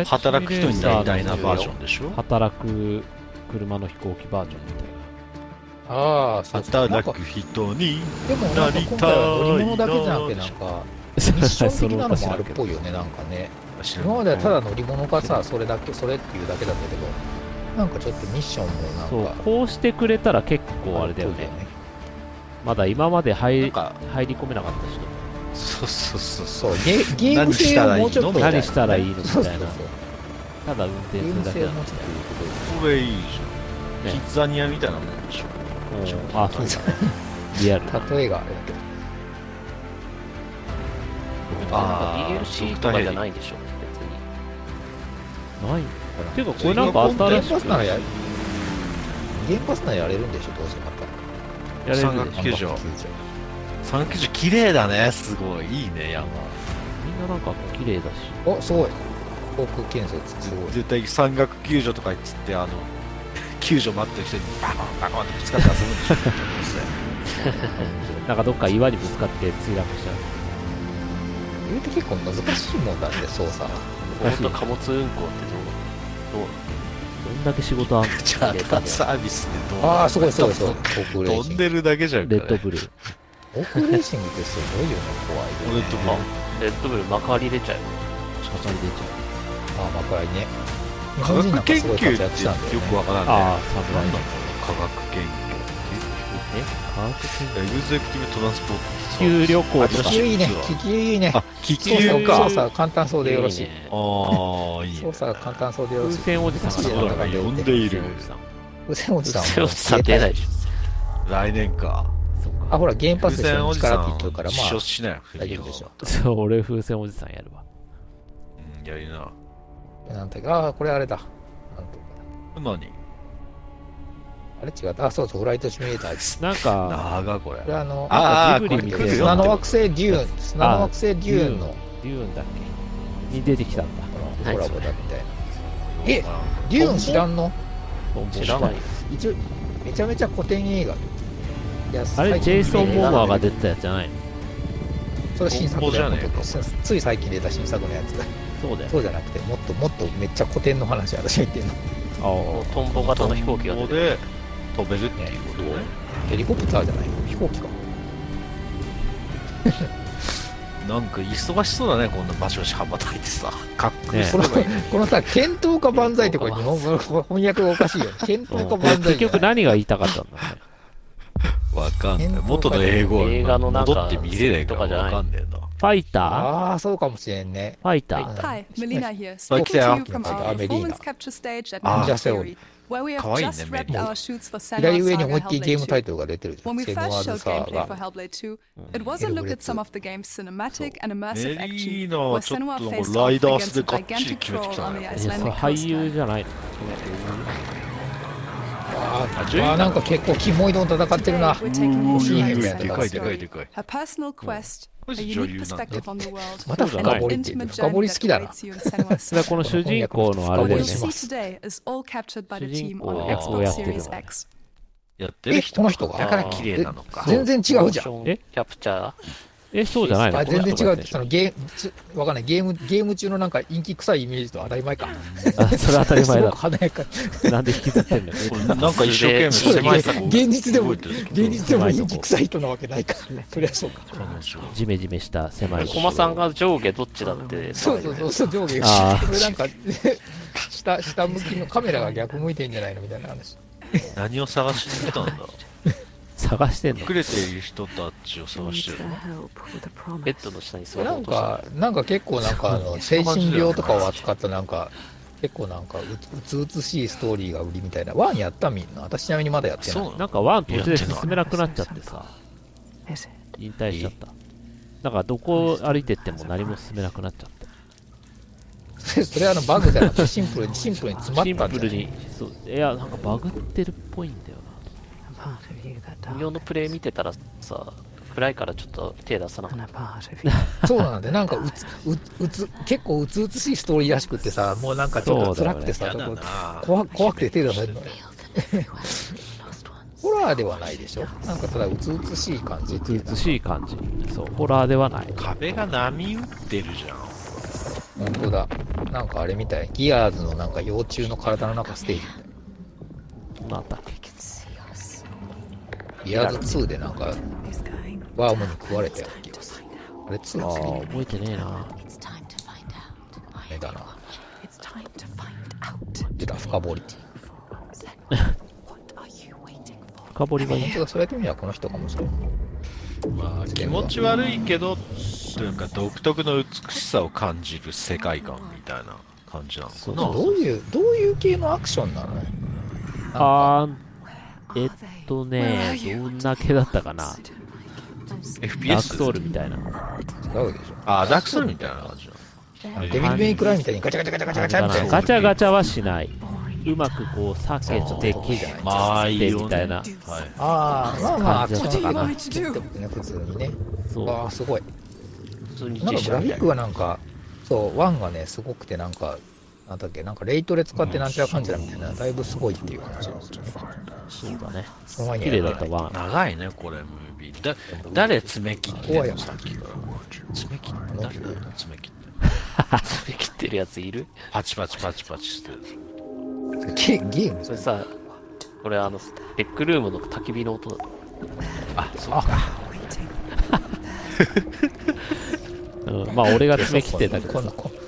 S4: フライトシミュレーター。フライトシミ
S2: 働
S4: ュ
S2: く
S4: レーター
S2: 人になりたい
S4: の
S2: なバージョンでしょ
S4: 働く車の飛行機バージョンみたいな。
S3: ああそうそうなん
S2: 働
S3: か
S2: く人に
S3: でもなんか今回は乗り物だけじゃなくてなん かミッション的なのもあるっぽいよねなんかね
S2: 知ら
S3: 今
S2: ない
S3: まではただ乗り物がさそれだけそれっていうだけだったけどなんかちょっとミッション
S4: そ
S3: も
S4: う
S3: なんか
S4: こうしてくれたら結構あれだよねまだ今まで入
S2: なん
S4: り
S2: か
S4: 入り込めなかった人
S2: そうそうそうそ
S3: そううゲゲーム性をもうちょっと
S4: 何したらいいのみた
S3: そう
S4: い
S3: そうそう
S4: なただ運転
S3: ゲー
S4: す
S3: ム
S4: るだけ
S3: 性
S4: だ
S3: を
S4: も
S3: も
S4: ん
S3: うちょっといいことで
S2: これいいじゃんキッザニアみたいなもんでしょ
S4: あそうだリアルな
S3: 例えがあれだけど
S2: あー
S1: DLC とかじゃないでしょ、別に。
S4: ないていうかこれなんか新し
S3: ゲームパス
S4: く
S3: ならやゲームパスならやれるんでしょどうせまた
S4: やれるでしょ
S2: 球場三球場綺麗だねすごいいいね山
S4: みんななんか綺麗だし
S3: おすごい航空建設すごい
S2: 絶対山岳救助とか言っつってあの 救助待ってる人にバコンバコンってぶつかって遊ぶん でしょ
S4: なんかどっか岩にぶつかって墜 落しちゃう
S3: 言うて結構難しいもんだって操作
S1: オ
S4: 難しい
S1: ート
S4: ね
S1: 貨物運行ってどうどう
S4: どんだけ仕事あんの
S2: チャーターサービスってどう
S3: ああすごいすごいすごい航空レーシ
S2: 飛
S3: ング
S2: んでるだけじゃんか
S4: レ
S2: ね
S4: ッドブルー
S3: 航空レーシングってすごいよね怖いよね
S2: レッドブ
S1: レッドブ
S2: ル
S1: ル幕張出ちゃうよ。
S4: 車間出ち
S3: ああまあこれね日
S2: 科
S3: 本人なんか
S2: 学研
S3: すごい
S2: 究
S3: 活躍したん
S2: っ
S3: だ
S2: て
S3: よ
S2: よく
S3: ね
S2: わからんね
S4: ゃうああ
S2: 何
S4: 侍
S2: なん
S4: の
S2: だろう科学研
S4: え科学研
S2: 究エグゼクティブトランスポート
S4: 究旅行と
S3: 気
S4: か
S3: 球い いね気球いいね
S2: あ気
S3: 操
S2: 球
S3: 作
S2: か
S3: 操作簡単そうでよろしい
S1: ね
S2: ああいいね
S3: 操作簡単そうでよろ
S4: 風
S3: しい
S4: 船おじさん
S2: そうだね呼んでいる
S3: 風船おじさんは
S1: セオさん出ないでしょ。
S2: 来年か
S4: そうか
S3: あほら原
S2: 風
S3: 発でし
S2: 船
S3: ょ
S2: おじ
S3: 力
S2: さ
S3: って言って
S2: ん
S3: るからま
S2: 実証
S3: あ
S2: しなよ
S3: 大丈夫でしょ
S4: そう俺風船おじさんやるわ
S2: うんやりな
S3: なんてああこれあれだなんとか
S2: 何
S3: あれ違ったあそうそうフライトシミュレーターです
S4: なんか
S2: 長がこれ
S3: これあの
S2: ああ
S4: ジブ
S2: これ
S4: リみたいな
S2: 来るよ
S3: 砂の
S2: って
S3: 惑星デューン砂の惑星デューンの
S4: デューンだっけに出てきたんだ
S3: この
S1: 何
S3: コラ
S1: そ
S3: ボ
S1: れ
S3: だみたいなえデューン知らんの
S4: トンボ
S1: 知らないよ。
S3: 一応めちゃめちゃ古典映画いや
S4: あれ
S3: 最
S4: ジ
S3: 近見
S4: ェイ
S3: て
S4: ソン・
S3: 映
S4: モ
S3: 画
S4: ーマーが出てたやつじゃないの
S3: それ新作だよ
S2: ボンボじゃねえか
S3: そうつい最近出た新作のやつ
S4: そうだよ
S3: そうじゃなくてもっともっとめっちゃ古典の話私が言ってんの
S1: もうトンボ型の飛行機が
S2: こ
S1: 出て
S2: こ
S1: る。
S2: で飛べるっていうことね
S3: ヘリコプターじゃないの飛行機か
S2: なんか忙しそうだねこんなバシバシ羽ばたいてさかっこいい
S4: ね
S2: 人がいる
S3: このさ検討家万歳ってこれ日本語の翻訳がおかしいよね検
S4: う
S3: 討家万
S4: ん
S3: 歳
S4: 結
S3: じゃ
S4: 局
S3: ない
S4: 何が言いたかったんだろうね
S2: わかんない元の英語は
S1: 映画のなんか
S2: 戻って見れないからわかんねえな
S4: ファイター
S3: ああそうかもしれんね
S4: ファイター
S7: Hi, Melina here,
S2: Like
S7: speaking to you
S2: there.
S7: from
S3: Ah,
S7: our
S3: Melina.
S7: performance capture stage at
S2: Ah.
S7: Ninja Theory, where we
S2: Kawaii
S7: have
S2: ne
S7: just wrapped
S2: Melina.
S7: our shoots for Senua
S3: 左上に
S7: Saga
S3: 思いっきりゲームタイ
S7: Hellblade 2.
S3: トルが出てるじゃ
S7: When
S3: ん
S7: we
S3: セムワー
S7: first
S3: ド
S7: showed
S3: サー
S7: gameplay for
S3: が
S7: Hellblade 2, it was a look at some of the game's cinematic and immersive
S2: メ
S7: action,
S2: リー
S7: where
S2: ナはちょっと
S7: Senua
S2: なん
S7: faced
S2: かライ
S7: off
S2: ダース
S7: against
S2: で
S7: a
S2: がっちり決め
S7: gigantic
S2: てき
S7: troll
S2: た
S7: on
S2: ね
S7: the
S4: えそれ
S7: Icelandic
S4: 俳優
S7: coastline.
S4: じゃないの
S3: あ
S2: あ
S3: ーあーなんか結構キモいどん戦ってるな
S7: Today, we're taking a
S2: おー
S7: new look
S2: いい
S7: at
S2: ね
S7: Senua's
S2: でかいでかい
S7: story,
S2: でかい
S7: her personal quest,
S2: Oh,
S7: a
S2: she's Joryu,
S7: unique
S2: isn't
S7: perspective on the world,
S3: また深掘りって言ってる
S7: intimate
S3: 深掘
S7: journey
S3: り好
S7: that
S3: きだな
S7: awaits you in Senua's
S4: だからこの主人公のあれ
S7: こ
S4: だよ
S7: れ
S4: ね
S3: これ
S7: ね。Today is all captured by the
S4: 主人
S7: team
S4: 公
S7: on
S4: はこう
S7: Xbox
S4: やってるの
S7: Series X.
S2: やってる
S3: え
S2: 人
S3: この人が
S2: だから綺麗なのか
S3: 全然違うじゃん
S1: ん
S4: え
S1: キャプチャー
S4: えそうじゃないの
S3: あ
S4: この
S3: 全
S4: 人
S3: 然違う
S4: がやってんでし
S3: そ
S4: ょ
S3: のゲームちわかんないゲームゲーム中のなんか陰気臭いイメージと当たり前か
S4: あそれ当たり前
S3: す
S4: だ
S3: ごく華やか
S4: ろなんで引きずってんだよ
S2: これなんか一生懸命
S1: そう
S2: 狭いとこ
S3: 現実でも
S2: 動いてる
S3: 現実でも陰気臭い人なわけないからねそりゃそうか
S2: 彼女
S4: ジメジメした狭い
S1: コマさんが上下どっちだって
S3: そうそうそうそう上下
S4: あー
S3: これなんか下下向きのカメラが逆向いてんじゃないのみたいな話
S2: 何を探しに来たんだ
S4: 探してんの
S2: 隠れている人たちを探してるの
S1: ベッドの下に座
S3: な
S1: ろうんとした
S3: か、なんか結構なんかあの、精神病とかを扱ったなんか、結構なんかう、うつうつしいストーリーが売りみたいな。ワンやったみんな。私ちなみにまだやってない。
S2: そうなの
S4: なんかワン途中で進めなくなっちゃってさ、引退しちゃった。なんかどこ歩いてっても何も進めなくなっちゃって。
S3: それはあのバグじゃなくて、シンプルに、シンプルに詰ま
S4: シン
S3: ったん
S4: プ
S3: じ
S4: ル
S3: ゃない
S4: に、そう、いや、なんかバグってるっぽいんだよ
S1: ら無料のプレイ見てたらさ暗いからちょっと手出さなかった
S3: そうなんで、なんかうつ、うつ、うつ、結構うつうつしいストーリーらしくってさ、もうなんかちょっと辛くてさ、
S2: そうだよね
S3: ちょっと怖怖くて手出せるのよ。ホラーではないでしょなんかただうつうつしい感じ
S4: な。
S3: って
S4: うつ
S3: いうう
S4: つしい感じ。そう、ホラーではない。
S2: 壁が波打ってるじゃん
S3: 本当だ。なんかあれみたい。ギアーズのなんか幼虫の体の中ステージみたい。
S4: なんだっけ
S3: ギアーズ2でなんか、ワームに食われたような気がする。あれ2
S4: あ
S3: の
S4: ー覚えてねえな。
S3: 目だな。出た、深掘り。
S4: 深掘りは
S3: 本
S4: ね、
S3: 当だ、そうやってみればこの人かもしれない。
S2: まあ気持ち悪いけどというか独特の美しさを感じる世界観みたいな感じなのかな
S3: どういう、どういう系のアクションなのね
S4: あー、えっとね、どんな系だったかな。ダーク
S2: FPS
S4: ソウルみたいな。
S3: 違うでしょ。
S2: あダークソウルみたいな感じなの
S3: デビルメイクライみたいにガチャガチャガチャガチャガチャみたいな。
S4: ガチャガチャはしない。うまくこう、避けて、きっ
S2: まあいい
S4: て
S2: よね
S4: みたいな。
S2: はい
S3: ああ、まあまあ、アクシ
S4: 感
S3: ョ
S4: じ
S3: ン
S4: だ
S3: かな。
S4: ったかな
S3: ね、普通にね。
S4: そう。
S3: わあ、すごい。
S1: 普通に
S3: な
S1: 実
S3: んかグ
S1: 写
S3: ラ
S1: み
S3: フィ
S1: た
S3: ッ
S1: い
S3: ク
S1: な
S3: がなんか、そう、ワンがね、すごくてなんか、なんだっけ、なんかレイトで使ってなんちゃらかんちゃらみたいな、だいぶすごいっていう感じなんですよね。
S4: そうだね。
S3: その前に
S4: 綺麗だった わ。
S2: 長いねこれムービーだ誰爪切って
S3: 怖い
S2: ん
S3: よ
S2: のさっきから爪切って誰だよ爪切ってんの
S1: 爪切ってるやついる
S2: パチパチパチパチしてる
S3: ゲゲーム
S1: それさこれあのレックルームの焚き火の音だと
S2: あそうか
S4: うん、まあ、俺が爪切ってたけど
S3: こんな
S4: さ。
S3: こんな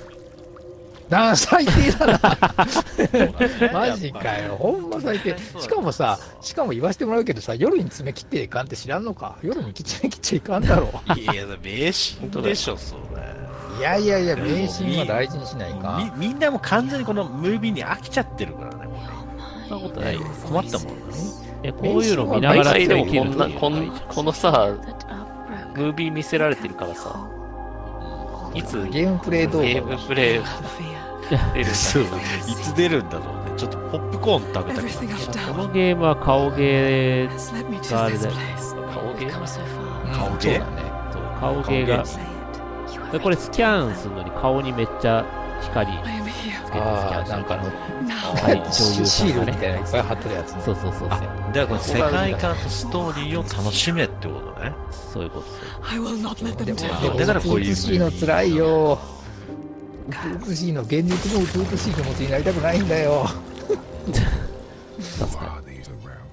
S3: あー最低だな
S2: そうだね
S3: マジかよほんま最低しかもさしかも言わせてもらうけどさ夜に爪切っていかんって知らんのか夜に爪切っちゃいかんだろ
S2: いや名刺でしょそれ
S3: いやいやいや迷信は大事にしないか
S2: みみんなもう完全にこのムービーに飽きちゃってるからねこ
S4: そんなことないよ。
S2: れ困ったもんね
S4: え、こういうの見な
S1: 毎
S4: がら
S1: 回でも
S4: 爪切
S1: こ
S4: る
S1: ん
S4: と
S1: な
S4: いう
S1: こんこのさムービー見せられてるからさいつゲ
S3: ゲームプレイ動画
S1: ームプレイが出るん だ
S2: そういつ出るんだろうねちょっとポップコーン食べたけど
S4: このゲームは顔ゲーがあれだよ。
S1: 顔芸な
S2: 顔
S3: そう
S2: で
S3: だね
S4: そう顔芸がでこれスキャンするのに顔にめっちゃ光つけてスキャ
S3: あ
S4: ン
S3: あ
S4: す
S3: なん
S4: るか
S3: かの
S4: ら
S3: はい
S4: 女優
S3: シ
S4: さん
S3: ー
S4: がね
S3: ルみたいなのいっぱい貼ってるやつね
S4: そうそうそうそう
S2: だからこの世界観とストーリーを楽しめってことね
S4: そういうことそういうこ
S3: でも
S2: あ
S3: でも
S2: だからこういう
S3: 美しいのつらいよ美しいの現実も美しい気持ちになりたくないんだよ
S8: Why are these around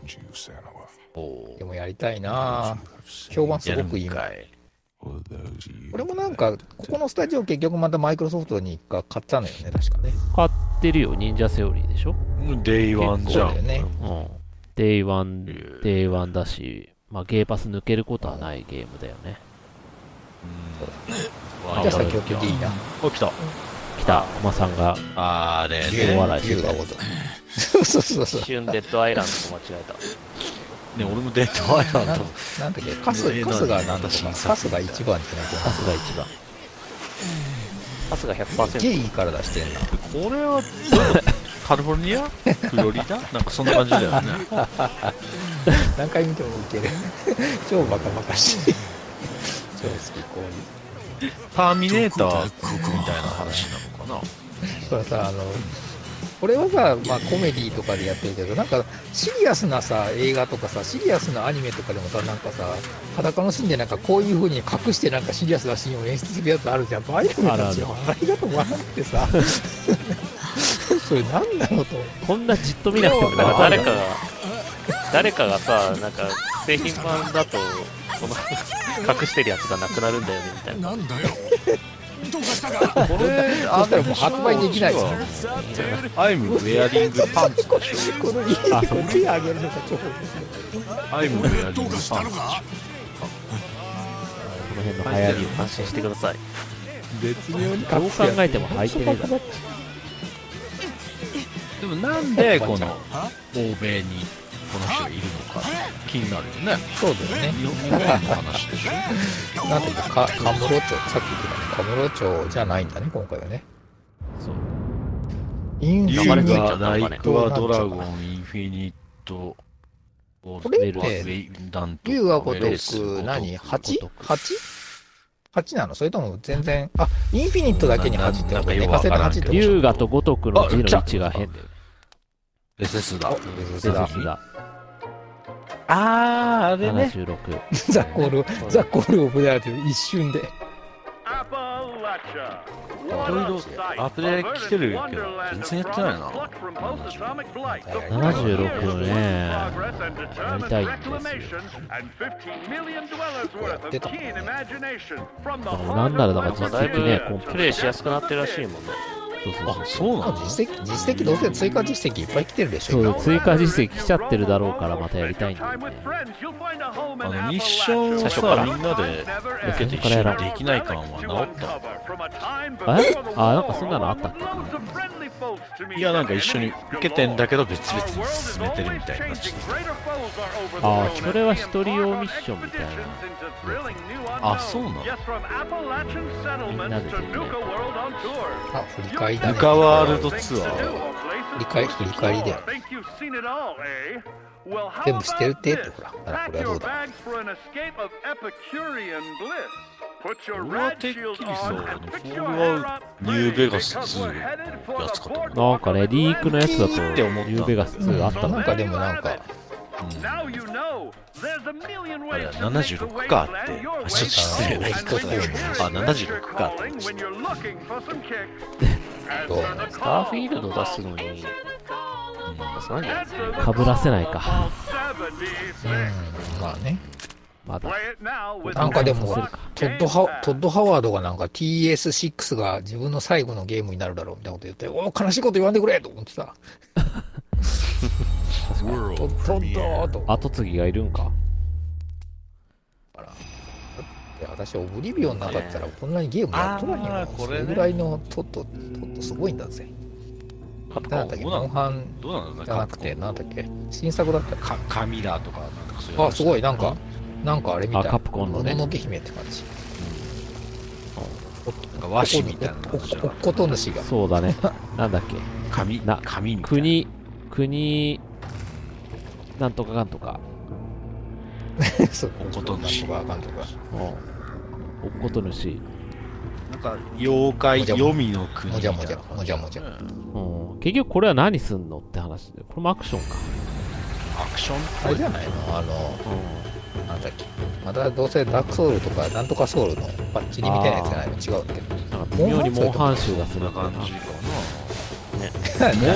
S8: you, Sanoa?
S3: でもやりたいなあ評判す
S2: や
S3: ご
S2: る
S3: くいい
S2: ん
S3: もん
S2: かい
S8: Or those you
S3: これもなんかここのスタジオ結局またマイクロソフトに一回買ったのよね確かね
S4: と買ってるよ忍者セオリーでしょ
S2: デイワンじ
S3: そ
S2: ゃ
S3: うだよ
S2: ん、
S3: ね
S4: うんデイワンデイワンだしまあゲーパス抜けることはないゲームだよね
S3: じ
S2: わ
S3: ゃあ
S2: あ
S3: 先送っていいな
S2: 起きた
S4: 北駒さんが
S2: あれ
S4: 大
S2: ね
S4: 笑いして
S3: 優
S4: る
S3: 雅ごと そうそうそうそう
S1: 一瞬デッドアイランドと間違えた
S2: ね俺もデッドアイラ
S3: な
S2: ン
S3: ん
S2: ド
S3: なんだっけカスカスがなんとかカスが一番じゃなく
S4: 春日一番
S1: パスが
S3: てすげ
S1: 100%
S3: えいい体してんな
S2: これはカリフォルニアフロリダなんかそんな感じだよね
S3: 何回見てもウケる 超バカバカしい超好きこういう
S2: ターミネーターみたいな話なのか
S3: これさあのこれはさ、まあ、コメディとかでやってるけどなんかシリアスなさ映画とかさシリアスなアニメとかでもさなんかさ裸のシーンでなんかこういう風に隠してなんかシリアスなシーンを演出するやつあるじゃんああいうのたちはありがとう笑って さそれ何なのと思って
S4: こんなじっと見なくても
S1: なんか
S4: わ
S1: 誰かが誰かがさなんか製品版だとこの隠してるやつがなくなるんだよねみたいな
S2: これ、
S3: そしたらもう発売できないですよ。
S2: アイムウェアリングパンツ
S3: これ、このリーフを手上げるのが超面
S2: アイムウェアリングパンツ
S4: この辺の流行りを
S1: 安心してください。
S4: どう考えても履いてねえだろ
S2: でもなんでこの欧米にこの人がいるのか気になるよね
S3: 白い。そうだよね。
S2: 日本の話でしょ
S3: なんていうか、かカムロ町、さっき言ってたね、カムロ町じゃないんだね、今回はね。
S4: そう
S3: イン
S2: リ
S3: フ
S1: 流
S3: ィ
S1: れ
S3: ニ
S1: 着い
S2: ュ
S1: ち
S2: ウ
S1: ゃ
S2: ガ
S1: ったのかね
S2: ライクアドラゴンインフィニットこ
S3: これって
S2: なん
S3: 竜はごとく、何 ?8?8?8 なのそれとも全然、あ、インフィニットだけに8ってことね。
S2: なんかよくわ
S3: か
S2: か
S3: せ
S2: ら
S3: た
S2: んけ
S3: 8って
S2: ど
S3: こと
S4: 龍がとごとくの字の位置が変だよ
S2: レセスだ
S3: あ、別だ。
S4: 鈴木が
S2: あーあれね
S4: 76
S3: ザ・コール、ザ・コールオブ・ダーティ一瞬で。
S2: いろいろアップデート来てるけど全然やってないな
S4: 76のねやりたいんですよ
S3: やってたもんね
S4: でもなんならだから実
S1: だいぶ
S4: 績ね今
S1: プレイしやすくなってるらしいもんね。
S4: そうそうそう
S2: あそうなの
S3: 実績、実績どうせ追加実績いっぱい来てるでし
S4: そ
S3: ょ。
S4: う追加実績来ちゃってるだろうからまたやりたいんだよね
S2: あのミッションを
S4: 最初から
S2: さみんなで受けて一緒にできない感は治っ
S4: えあなんかそんなのあったっけ
S2: たいやなんか一緒に受けてんだけど別々に進めてるみたいな
S1: Oh.
S4: ああそれは一人用ミッションみたいな
S2: あそうなの
S4: みんなでできない
S3: あ、振り返りだ
S2: ル
S3: ね。
S2: カワールドツアー
S3: 振り返り、振り返りだよ。全部してるってって、ほら。あら、これはどうだ。
S2: 俺はてっきりそうあのフォールアウトニューベガス2のやつかと思った
S4: なんかねリークのやつだとニ
S2: て思
S4: ュ
S2: った
S4: ーベガス2あった
S3: な
S4: の
S3: んかでもなんか、
S2: あれ76かってあちょっと失礼
S3: あ一つ
S2: あ76かって
S3: どう
S1: スターフィールド出すのに、出さないんじゃないですか。
S4: かぶらせないか
S3: うん、まあね。
S4: まだ
S3: なんかでも、トッドハ、トッドハワードがなんか TS6 が自分の最後のゲームになるだろうみたいなこと言って、おー悲しいこと言わんでくれと思ってさ、ト
S6: World
S3: ットッドー
S6: premiere.
S3: と思っ
S4: 後継ぎがいるんか
S3: て、私、オブリビオンなかったらこんなにゲームやっとらん
S2: あ
S3: よ
S2: ー。こ
S3: そ
S2: れね
S3: れぐらいのトッド、トッドすごいんだぜ。
S2: カプコ
S3: な
S2: ン
S3: んだっけ、
S2: どうな
S3: モン
S2: の
S3: ハン
S2: どうなの
S3: じゃな
S2: カプ
S3: く
S2: コン
S3: て、なんだっけ、新作だった
S2: かカミラとかなんかそういう
S3: あ、すごい、なんか、なんかあれみたい。
S4: あカプコンのね
S3: もののけ姫って感じ。
S2: なんか和紙みたいな
S3: お
S2: の
S3: お
S2: じゃ
S3: おっことぬしが。
S4: そうだねなんだっけ
S2: 紙
S4: な
S2: 紙みたいな
S4: 国国なんとかかんとか
S3: そう
S2: おっことぬし
S3: なんとかなんとか
S4: うんおっことぬし、
S2: なんか妖怪
S3: もじゃ
S2: 黄
S3: もじゃ
S2: 泉の国
S3: も
S2: み
S3: じ
S2: た
S3: ゃ
S2: い
S3: も
S2: な
S3: じゃ、もじゃもじゃ。
S4: うん、結局これは何すんのって話でこれもアクションか、
S2: アクション
S3: あれじゃないのあの、
S4: う
S3: なんだっけまたどうせダークソウルとかなんとかソウルのバッチリみたいなやつじゃないの違うけど
S4: ん、なんか微妙にモンハン臭がす
S2: そん
S4: る
S2: なん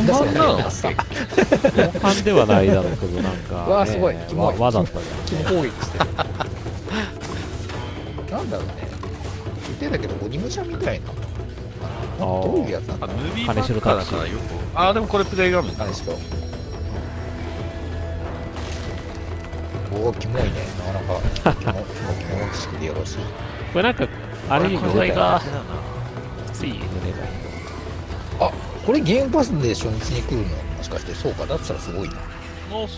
S4: だよな
S2: 感じか
S3: モ
S2: なモンハンなの
S3: わ
S4: モンハンではないだろうけどなんか、ね、
S3: わあすごいキモい
S4: わわだったね
S3: キモ攻撃してるなんだろうね言ってたけど鬼武者みたいなあ
S4: あー
S3: どういうやつなん
S2: あ
S3: だ
S2: ムービーパ
S4: 金
S2: ッ
S4: 城
S2: カーだ
S4: 拓司
S2: からよくあーでもこれプレイ画面だ
S3: 何しろおおキモいねなかなかキモキモキモしくてよろしい
S4: これなんかあれに
S1: これが、つい、
S3: あこれゲームパスで初日に来るのもしかしてそうかだったらすごいな
S2: あそう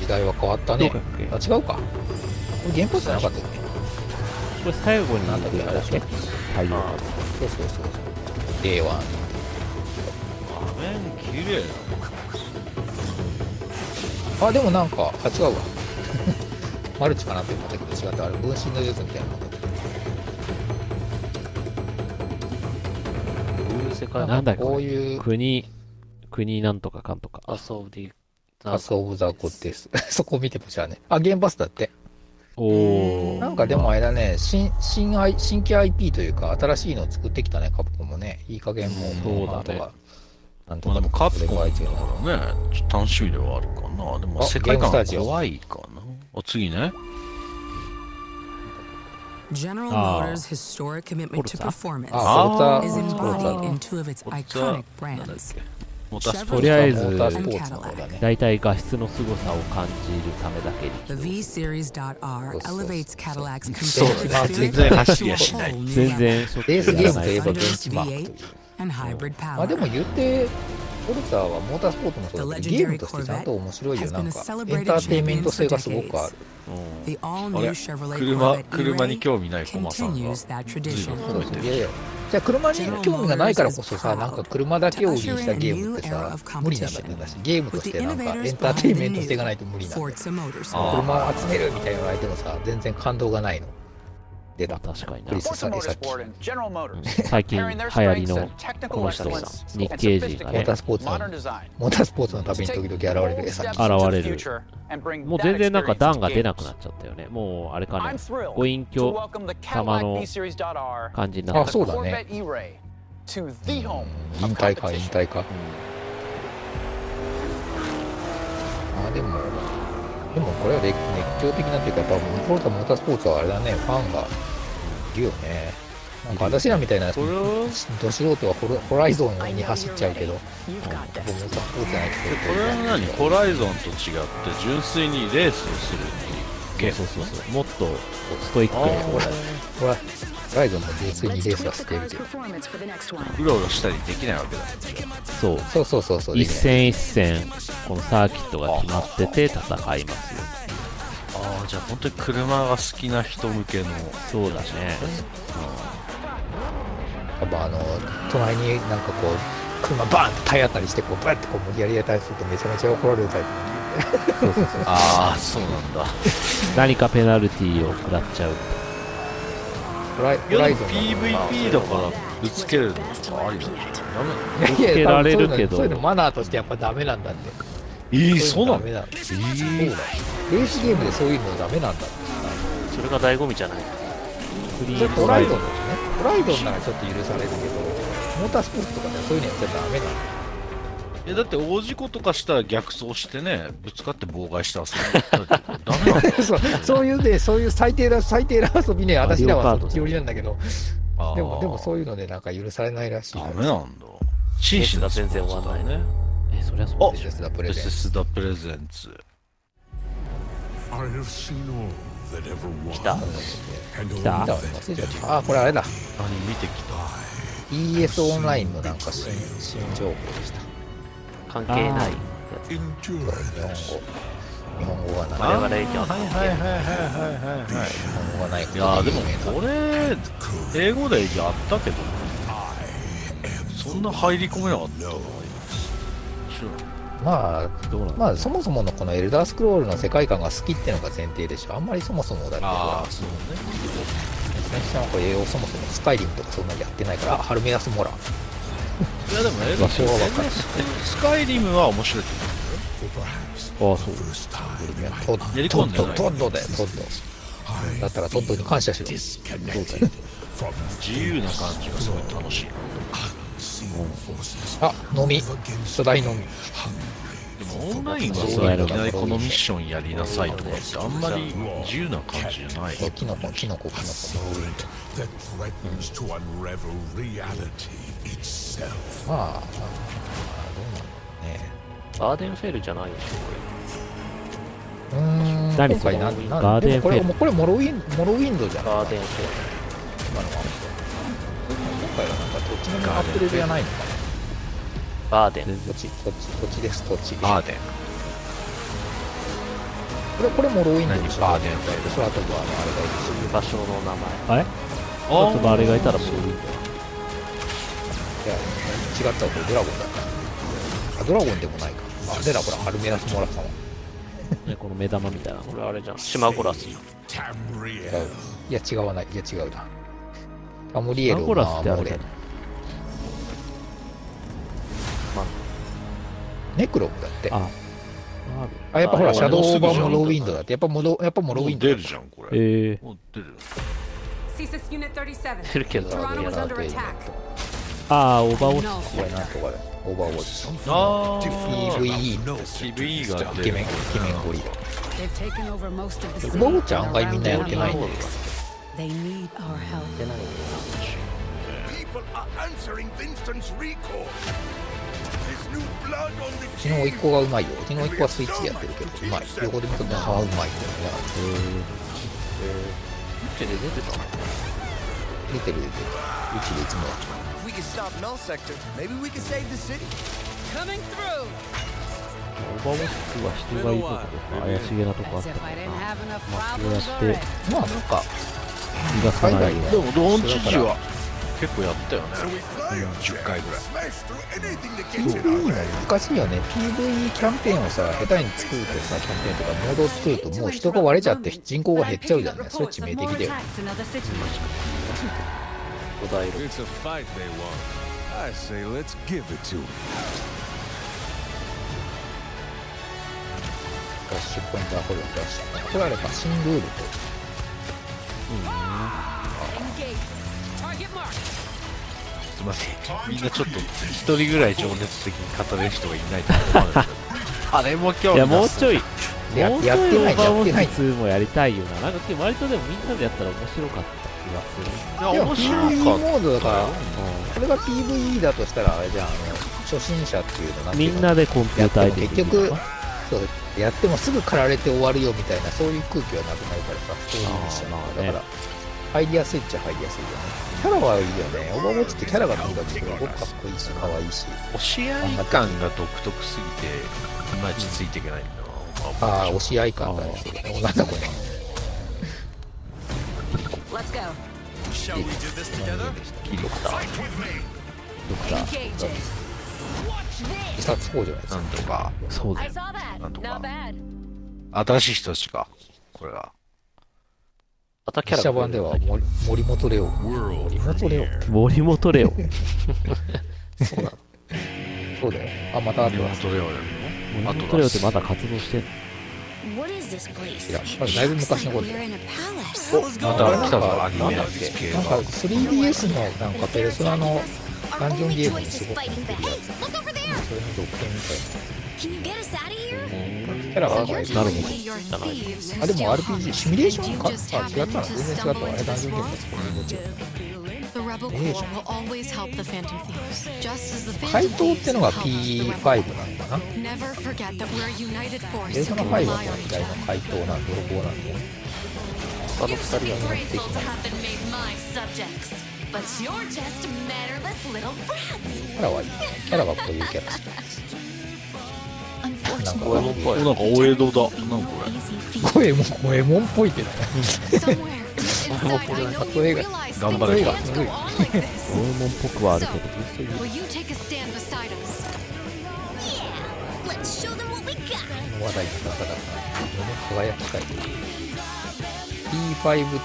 S3: 時代は変わったね
S4: どうだっけ
S3: あ違うかこれゲームパスじゃなかったよね
S4: これ最後に
S3: なんだっけ
S4: 出
S3: あれ
S4: た
S3: でしょ
S4: 太陽が
S3: そうそうそうそう令和
S2: 画面綺麗
S3: あでもなんかあ違うわ マルチかなって思ったけど違ったあれ分身の術みたいなもんだった
S1: こういう世界
S4: なんだっけ
S3: こういう
S4: 国国なんとかかんとか
S1: 遊びで、なんか
S3: 遊ぶ雑魚ですそこ見ても じゃあねあゲームパスだって
S4: おお
S3: なんかでもあれだね新新 I 新規 IP というか新しいのを作ってきたねカプコンもねいい加減もう
S4: そう
S3: なん
S4: だね
S3: とかなんと
S2: まあ
S3: か
S2: でもカプ
S3: と
S2: コン
S3: か
S2: だ
S3: とか
S2: からねちょっと楽しみではあるかなでも
S3: あ
S2: 世界
S3: ゲー
S2: 観が
S3: ムスタジオ
S2: 怖いかなあ次ね
S11: General
S4: Ah.
S11: Motors' historic commitment to
S4: Forza?
S11: performance
S3: Ah, Forza.
S11: is embodied
S3: Forza.
S11: in two of its
S2: Forza.
S11: iconic brands.
S2: モータース
S4: と
S2: ポーツ
S4: りあえ
S3: モ
S4: ず
S3: ータースポーツの方だね
S4: 大体画質の凄さを感じるためだけに
S11: The V-Series.R elevates Cadillac's
S3: そう
S11: competitive
S3: まあ
S2: 全然
S11: experience
S2: 走りやしない
S11: to a whole new
S4: 全
S11: level.
S4: 然しょっちゅ
S3: レース
S4: う
S3: ゲ
S4: や
S3: ー
S4: ら
S3: ム
S4: な
S3: といえ
S4: い
S3: ば
S4: と
S3: ベンチマークという
S11: and hybrid
S3: まあで
S11: power
S3: も言ってフォルツァはモータースポーツもそうだけどゲームとしてちゃんと面白いよなんかエンターテインメント性がすごくある
S11: the
S2: あ
S11: all-new
S2: れ
S11: Chevrolet
S2: 車
S11: Corvette
S2: 車に
S11: E-Ray
S2: 興味ない駒さんが
S11: continues that
S2: 随分
S11: tradition.
S2: 褒めて
S3: い
S2: る
S3: やいやじゃあ車に興味がないからこそさなんか車だけを売りにしたゲームってさ無理なんだけどしゲームと
S11: With
S3: し
S11: the
S3: てなんか
S11: innovators
S3: エンターテインメント性がないと無理
S11: behind
S3: な
S11: the
S3: ん
S11: new
S3: だよ
S11: Forza Motorsport.
S2: あー
S3: 車集めるみたいなの相手もさ全然感動がないの出た
S4: 確かにな
S3: クリスさんさっきモ
S12: Motorsport and General Motors,
S4: 最近流行りの
S12: and technical
S4: この人で
S12: excellence
S4: した日系人が
S3: ー
S4: ね
S3: タースポーツの
S12: modern design
S3: モータースポーツのために時々現れる S さん
S4: あ
S12: into
S4: 現れ
S12: the
S4: る
S12: future and bring
S4: もう
S12: that
S4: 全然なんか
S12: experience
S4: 段
S12: to
S4: が出な
S12: games.
S4: くなっちゃったよねもうあれか
S12: I'm
S4: ね
S12: thrilled
S4: ご隠
S12: to
S4: 居
S12: welcome the
S4: 様
S12: Cadillac
S4: の
S12: V-Series.R
S4: 感じにな
S3: あ
S4: っ
S12: あ
S4: た
S3: そうだね
S12: Corvette E-Ray to the home
S3: 引
S12: of
S3: 退か引
S12: competition.
S3: 退かあでもでもこれは熱熱狂的なっていうかやっぱフォルタモータースポーツはあれだねファンがいるよねなんか私らみたいな
S2: それは
S3: ど素人はホロホライゾンに走っちゃうけど、うん、
S9: You've
S3: 僕モ
S9: got
S3: ータ
S9: this.
S3: ースポーツじゃないけ
S2: で
S3: ど
S2: これは何ホライゾンと違って純粋にレースをするっていうゲーム
S4: そうそうそうもっとストイックに
S2: あー
S4: こう
S3: ホラホライゾンも純粋にレースはしてるけど
S9: performance for the next one.
S2: うろうろしたりできないわけだ
S4: そう
S3: そうそうそうそう
S4: 一
S3: きない
S4: 戦一戦このサーキットが決まってて戦いますよ
S2: ああじゃあ本当に車が好きな人向けの
S4: そうだね
S3: やっぱあの隣になんかこう車バーンって体当たりしてこうバッてこう無理やりやったりするとめちゃめちゃ怒られるタイプ
S2: ああそうなんだ
S4: 何かペナルティーを食らっちゃう
S3: ホライ
S2: い
S3: ホ
S2: や
S3: ラ
S2: で
S3: イ
S2: も
S3: ゾン
S2: PVP だからぶつけるのはありだよダメなの
S3: ぶ
S4: ぶつけられるけど
S3: そういうのマナーとしてやっぱダメなんだって
S2: えー、そうな
S3: ダ
S2: の
S3: メ
S2: え
S3: だそうだよ
S2: ー、
S3: レースゲームでそういうのダメなんだ
S1: それが醍醐味じゃない
S4: フリ
S3: それ
S4: ー
S3: ホ
S4: ド
S3: ラ
S4: ラ
S3: イ
S4: イ
S3: ゾン
S4: ブ
S3: だしねホライゾンならちょっと許されるけどモータースポーツとかではそういうのやっちゃダメなんだ
S2: えだって大事故とかしたら逆走してねぶつかって妨害したらそれだってダメなんだ よ
S3: そうそういうね、そういう最低な、最低な遊びね、
S4: マ
S3: 私
S4: リオ
S3: ら
S4: カ
S3: は
S4: ート
S3: そっち寄りなんだけど、
S2: あー
S3: でも、でもそういうので、なんか許されないらしいよ
S2: ダ。メなんだ紳士なスポーツだ
S1: レースが全然終わんない
S2: ね
S4: えそりゃそうでしょ
S3: ベストなプレ
S2: ベ
S3: ゼン
S2: セスダプレゼンツ
S8: I have seen all that ever was.
S1: た
S8: And all
S4: た
S3: 見た
S8: that
S3: わよ忘れちゃったあ、これあれだ。
S2: 何見てきた
S3: ES オンラインのなんか新新情報でした。
S1: 関係ない
S8: endurance.
S3: 日本語。日本語がない。
S1: 我々には関係ない
S3: 日本語がないこ
S2: い
S3: と
S2: やーでも
S3: 有名な
S2: 俺英語でやったけどそんな入り込めなかったな
S3: まあ、
S4: どうなの
S3: まあ、そもそものこのエルダースクロールの世界観が好きってのが前提でしょ。あんまりそもそもだって、
S2: ああそうね
S3: 鈴木さんはこれ、そもそもスカイリムとかそんなにやってないから、あハルメアスモラ。
S2: いやでも英語
S3: 場所は分かる
S2: スカイリムは面白いと
S4: ああそう
S3: トッ
S2: 練り
S3: ド
S2: 込んで
S3: ト
S2: な
S3: ッ
S2: い
S3: ドトッドだよトッドだったらトッドに感謝しろ
S2: 自由な感じがすごい楽しい
S3: あ飲み初代飲み
S2: でもオンラインは
S3: そう
S2: そうい
S3: やろ
S2: きなりこのミッションやりなさいとかってあんまり自由な感じじゃない
S3: キノコキノコキノ
S8: Solid that threatens to unravel reality itself.
S3: コまあまあどうなんだろうね
S1: ガーデンフェルじゃないでし
S3: うーん
S4: 何
S3: 今回な
S4: その
S3: な
S4: ガーデ
S3: で
S4: ン
S3: もこれ
S4: フェル
S3: もうこれモロウィンモロウィンドじゃ
S1: ょ
S3: ない
S1: ガーデンフェル
S3: 今のは今回はなんかどっちのアップデートじゃないのかな
S1: ガーデン
S3: 土地土地土地です土地
S2: バーデン
S3: これこれモロウィンドでしょ
S2: 何バーデン
S3: でしょあとはあのあれがいいし
S1: 場所の名
S4: あれちょっとあれがいたらもう
S3: いや違ったわこれドラゴンだったあドラゴンでもないかあでだほらハルメアスモラさんは
S4: ねこの目玉みたいなの
S1: 前これあれじゃん島ゴラス
S8: Tamriel.
S3: いや違わないいや違うなアムリエ
S4: ア
S3: ル
S4: ンゴラスって
S3: マ
S4: あ
S3: ーモ
S4: る
S3: レ
S4: じゃない
S3: ネクロムだってあ
S4: あマーベ
S3: やっぱほら
S2: あ
S3: シャドウオーバ
S2: もう
S3: ーモ
S2: すぐじゃん
S3: ローウィンドだってやっぱモロやっぱモローウ
S2: も
S3: ィ
S2: う
S3: ンドだ
S2: 出
S3: っ
S2: る
S3: て
S2: じゃんこれ
S4: ルえー、
S2: もう出るよ
S11: CSIS Unit 37.
S1: 出るけど
S3: やらなきゃいけないと
S4: ああオーバーウォッチ
S11: Null
S3: これ
S11: sector.
S3: なんとかだよオーバーウォッチ
S2: ああ
S3: EVE って
S2: CVE が
S3: イ
S2: 出
S3: ケ
S2: る
S3: メンイケメンゴリラ
S11: They've taken over most of the
S3: オーバーウォッチは案外みんなやってないんだよ
S11: They need our help.
S1: で何
S8: People are answering Vincent's recall. There's new blood on the
S3: うちの甥っ子がうまいようちの甥っ子はスイッチでやってるけどうまい横で見ても歯うまいってな
S1: へえ出てた
S3: 出てる出てるうちでいつもやってる
S10: If we can stop Null Sector, maybe we can save the city. Coming through.
S4: オーバーウォッチは人がいるのかどうか怪しげなとこあったからな。まあ、そうやって、
S3: まあなんか、
S4: 気がつかな
S3: 海
S4: い
S3: 外
S2: でもドーン知事は結構やったよね、10回ぐらい
S3: 難しいよね PVE キャンペーンをさ下手に作るとさキャンペーンとかモードを作るともう人が割れちゃって人口が減っちゃうじゃないそれ致命的だよね
S6: It's a fight they want. I say let's give it to 'em.
S3: 合宿ポイントはこれだしこれあれば新ルールと
S2: すいませんみんなちょっと一人ぐらい情熱的に語れる人がいないと思うんですけどあれも
S4: い
S2: 今日
S4: や、もうちょい、も
S3: や
S4: うち
S3: や
S4: ょ
S3: っ
S4: いオ
S3: てない
S4: ーバーウォ
S3: やってな
S4: ッ
S3: い
S4: チ2もやりたいよな。なんか今日割とでもみんなでやったら面白かった気がする。
S2: いや面白かった
S3: PVE
S2: よ
S3: モードだからこれが PVE だとしたらあれじゃんあの初心者っていうのなんて
S4: み
S3: いうの
S4: んなでコンピューター相手に
S3: 結局そうやってもすぐ駆られて終わるよみたいなそういう空気はなくなるからさストーリーにしちゃうの
S4: あーまあね
S3: だから入りやすいっちゃ入りやすいよねキャラはいいよねオーバーウォッチってキャラがとにかくすごくかっこいいし可愛いし
S2: 押し合い感が独特すぎていまいちついていけないんだな、
S3: ああ押し合い感だねそれねなんだこれ
S11: Let's go.
S8: Shall we do this together?
S2: ドクター
S8: With me.
S3: ドクター自殺工場のやつ
S2: なんとか
S4: そうだ
S11: I
S4: よ。
S11: saw that.
S2: Not
S11: Not bad.
S2: 新しい人たちかこれが
S1: またキャ
S3: 記
S1: ラ
S3: 者版では森森本レオ森
S6: World
S3: 本レ
S6: premiere.
S4: 森本レオ。
S3: オそうなのそうだよあまたあ
S2: リ
S3: と
S2: モ
S3: は
S2: ートレオやるの
S4: 森
S2: あと
S4: 本レオってまだ活動してんの
S11: What is this place?
S3: いやまだだいぶ昔のことだよ
S11: in a palace.
S2: また来たぞアニ
S3: なん
S2: メ
S3: だっけなんか 3DS のなんかペルソナのダンジョンゲームにすごく似てるやつそれの続編みたいな
S11: Can you get us out of here?
S3: キャラが可愛い
S4: なるほ
S3: あでも RPG シミュレーションかあ違ったな全然違ったわあれダンジョンゲームだったもちろん
S11: The Rebel Corps will always help the Phantom Thieves, just as the
S3: 怪
S11: Phantom
S3: 盗っての
S11: Thieves
S3: が
S11: helped the Rebel
S3: P5 なのかな
S11: Corps. Never forget that we're a united
S3: ペル
S11: force
S3: ソ
S11: who
S3: ナ
S11: can
S3: 5は
S11: rely
S3: こ
S11: on
S3: の時代の
S11: each other.
S3: 怪盗なん泥棒なんで他の2人は乗っていきない
S11: have been made my subjects, but you're just mannerless little brats.
S3: キャラはいいキャラはこういうキャラ好きですなんか
S1: ゴエモンっぽい
S2: なんかお江戸だなんかこ
S3: 声
S2: れ
S3: も声もんっぽいってな
S11: Somewhere inside, I know you
S3: 声が
S11: realize
S2: 頑
S11: things
S2: 張れ
S11: can't go on like this.
S4: ホルモンっぽくはあるけど、
S11: Will you take a stand beside us? Yeah, let's show them what we got.
S3: 話題になかなかない物輝きたい P5T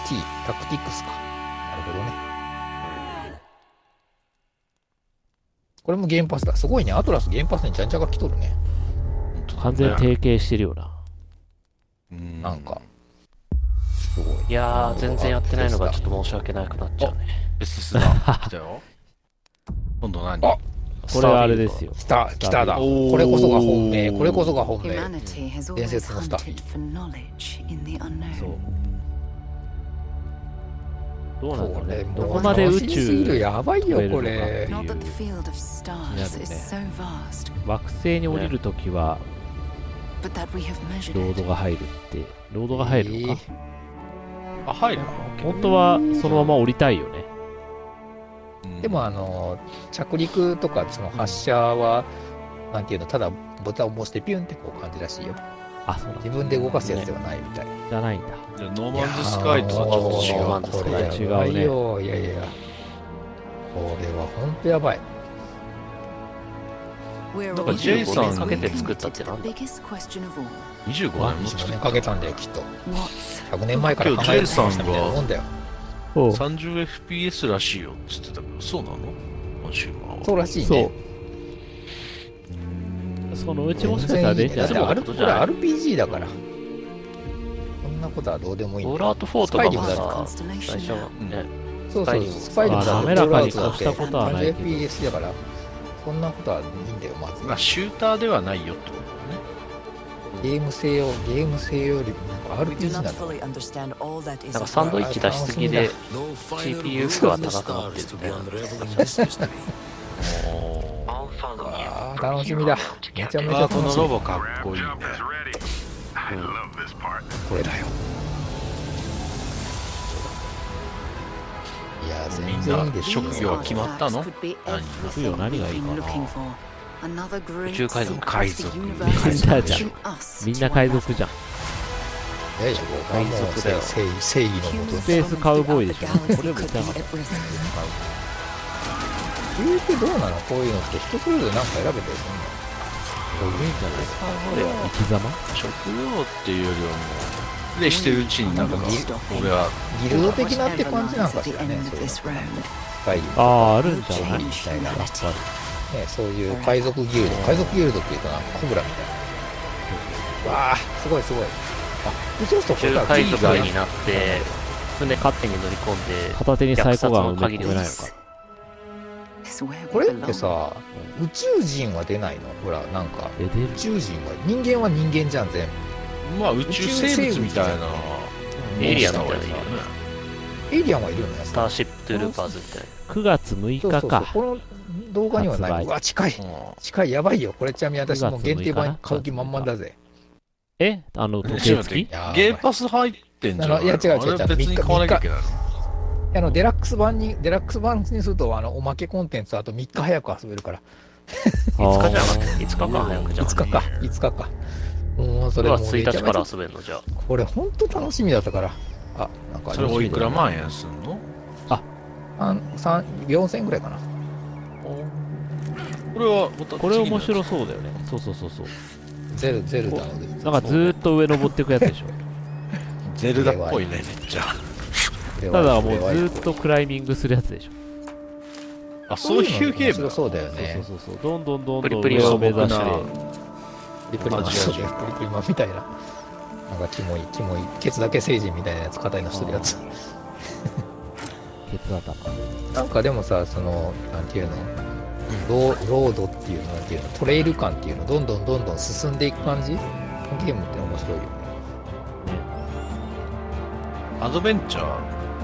S3: タクティックスかなるほどねこれもゲームパスだすごいねアトラスゲームパスにちゃんちゃが来とるね
S4: 完全に提携してるよな。
S2: うん
S3: なんかすごい
S1: いやー全然やってないのがちょっと申し訳なくなっちゃうね
S2: ベススだ来たよ今度何
S3: あ
S4: これはあれですよ。
S3: 来た来ただ
S2: おー
S3: これこそが本命これこそが本命
S11: Humanity has
S3: Yes,
S11: always
S3: it's not stuck.
S11: hunted for knowledge in the unknown.
S4: そう。どうなんだろうね。
S3: も
S4: ど
S3: う
S4: こまで宇
S3: 楽しみすぎる
S4: 宙、
S3: やばいよこ
S4: 飛べるの
S3: れ
S4: か
S11: Not that the field of stars
S4: Yeah,
S11: is
S4: yeah.
S11: so vast,
S4: 惑星に降りるときは、
S11: but that we have measured
S4: ロード
S11: it.
S4: が入るって、ロードが入るのか。
S2: あ入る
S4: 本当はそのまま降りたいよね。
S3: でもあの着陸とかその発射は、なんていうのただボタンを押してピュンってこう感じらしいよ
S4: あ、そうなんだ
S3: 自分で動かすやつではないみたいな
S4: じゃないんだ。
S2: じゃあノーマンズスカイとはちょっと違う
S1: あー
S3: これやばいよいやいやいやこれは本当やばい
S11: We're
S1: なんか
S11: all
S2: ジェイさん
S11: always
S1: かけて作ったってなんだ
S11: committed to the biggest question of all.
S2: 25年も作
S3: 1
S2: っ
S3: 年かけたんだよきっと
S11: What's
S3: 100年前から考えてましたみたいなもんだよ
S4: おう
S2: 30fps らしいよっつってたけどそうなのコンシューマーは
S3: そうらしい
S4: そ
S3: ね
S4: う。そのうちもしかしたら
S3: 全
S4: 出
S3: 然い
S4: ん
S3: い
S4: じ
S3: だ
S4: ゃ
S3: って
S4: ない
S3: あるこれ RPG だからこんなことはどうでもいいん
S1: オー
S3: だ
S1: ルアート4とかも
S3: スパイで
S11: もあ
S1: さ
S11: る
S1: 最初はね
S3: そうそうそうスパイダー
S4: まあ
S3: だって
S4: 滑らかに越
S3: ロールアウト
S4: したことはないけど
S3: 30fps だからそんなことはいいんだよまず
S2: まあシューターではないよってことだね
S3: ゲーム性よゲーム性よりなんか RPG なの
S13: understand all that
S1: なんかサンドイッチ出しすぎで CPU 数は高くなってるね。
S3: あー楽しみだめちゃめちゃ
S2: あ
S3: 楽し
S2: こ
S3: み
S2: のロボかっこいいね、
S3: これだよいや全然いいでしょ
S2: 職業は決まったの職業何がいいかな
S11: 宇
S2: 宙海賊海賊
S4: みんなじゃんみんな海賊じゃん
S3: 大丈夫海賊だよ正義正義のもと
S4: スペースカウボーイでしょこれも見たかった
S3: 言うてどうなのこういうのって人それぞれなんか選べたりするのいいんじゃない
S4: 生き様
S2: 職業っていうよりはもうプレイしてるうちになんか俺は
S3: ギルド的なって感じなんかしらねそういう会議
S4: あああるんじゃない
S3: みたいな、ね、そういう海賊ギルド海賊ギルドっていうかなコブラみたいなわあすごいすごいあそうすると
S1: 中海賊になって、船勝手に乗り込んで、
S4: 片手にサイコガンを
S1: 虐殺の
S4: 埋め
S1: 限り
S4: 込めないの
S1: です
S4: か
S3: これってさ宇宙人は出ないのほらなんか
S4: 宇
S3: 宙人は人間は人間じゃん全部
S2: まあ宇宙生物みたいな
S1: エイリアンみたいなのいるよね
S3: エイリアンはいるのよ
S1: スターシップトゥルーパーズみたいな。
S4: 9月6日
S3: そうそう
S4: か
S3: そうこの動画にはな
S4: 発
S3: い
S4: 売
S3: うわ近い近いやばいよこれちなみに私
S4: 9
S3: もう限定版買う気満々だぜ
S4: えあの時計付き
S2: ゲーパス入ってんじゃない
S3: いや違う違う違う
S2: あれ別に買わなきゃいけないの
S3: あのデラックス版にデラックス版にするとあのおまけコンテンツあと3日早く遊べるから
S1: 5日じゃなくて、5日間早くじゃなく
S3: 5日か5日かもうそれ
S1: 9
S3: もう
S1: 月
S3: めちゃ
S1: 1
S3: めち
S1: 日
S3: ゃ
S1: から遊べるのじゃあ。
S3: これ本当楽しみだったからあなんか
S2: それおいくら万円すんの
S4: あ
S3: 三4000円ぐらいかな
S2: これはまた
S4: これ面白そうだよねそうそうそうそう
S3: ゼルゼルダ
S4: なんかずーっと上登っていくやつでしょ
S2: ゼルダっぽいねめっちゃ
S4: ただもうずーっとクライミングするやつでしょ
S2: あそういうゲーム
S3: そうだよね
S4: そうそうそうどんどんどん
S3: プ
S4: どん
S3: リプリ
S4: 上を目指
S3: 素
S4: し
S3: 朴な
S4: て
S3: リプリマンそうだよプリプリマンみたいななんかキモいキモいケツだけ成人みたいなやつ硬いのしてるやつ
S4: ケツ頭
S3: なんかでもさそのなんていうのローロードっていうのなんていうのトレイル感っていうのどんどんどんどん進んでいく感じゲームって面白いよね
S2: アドベンチャ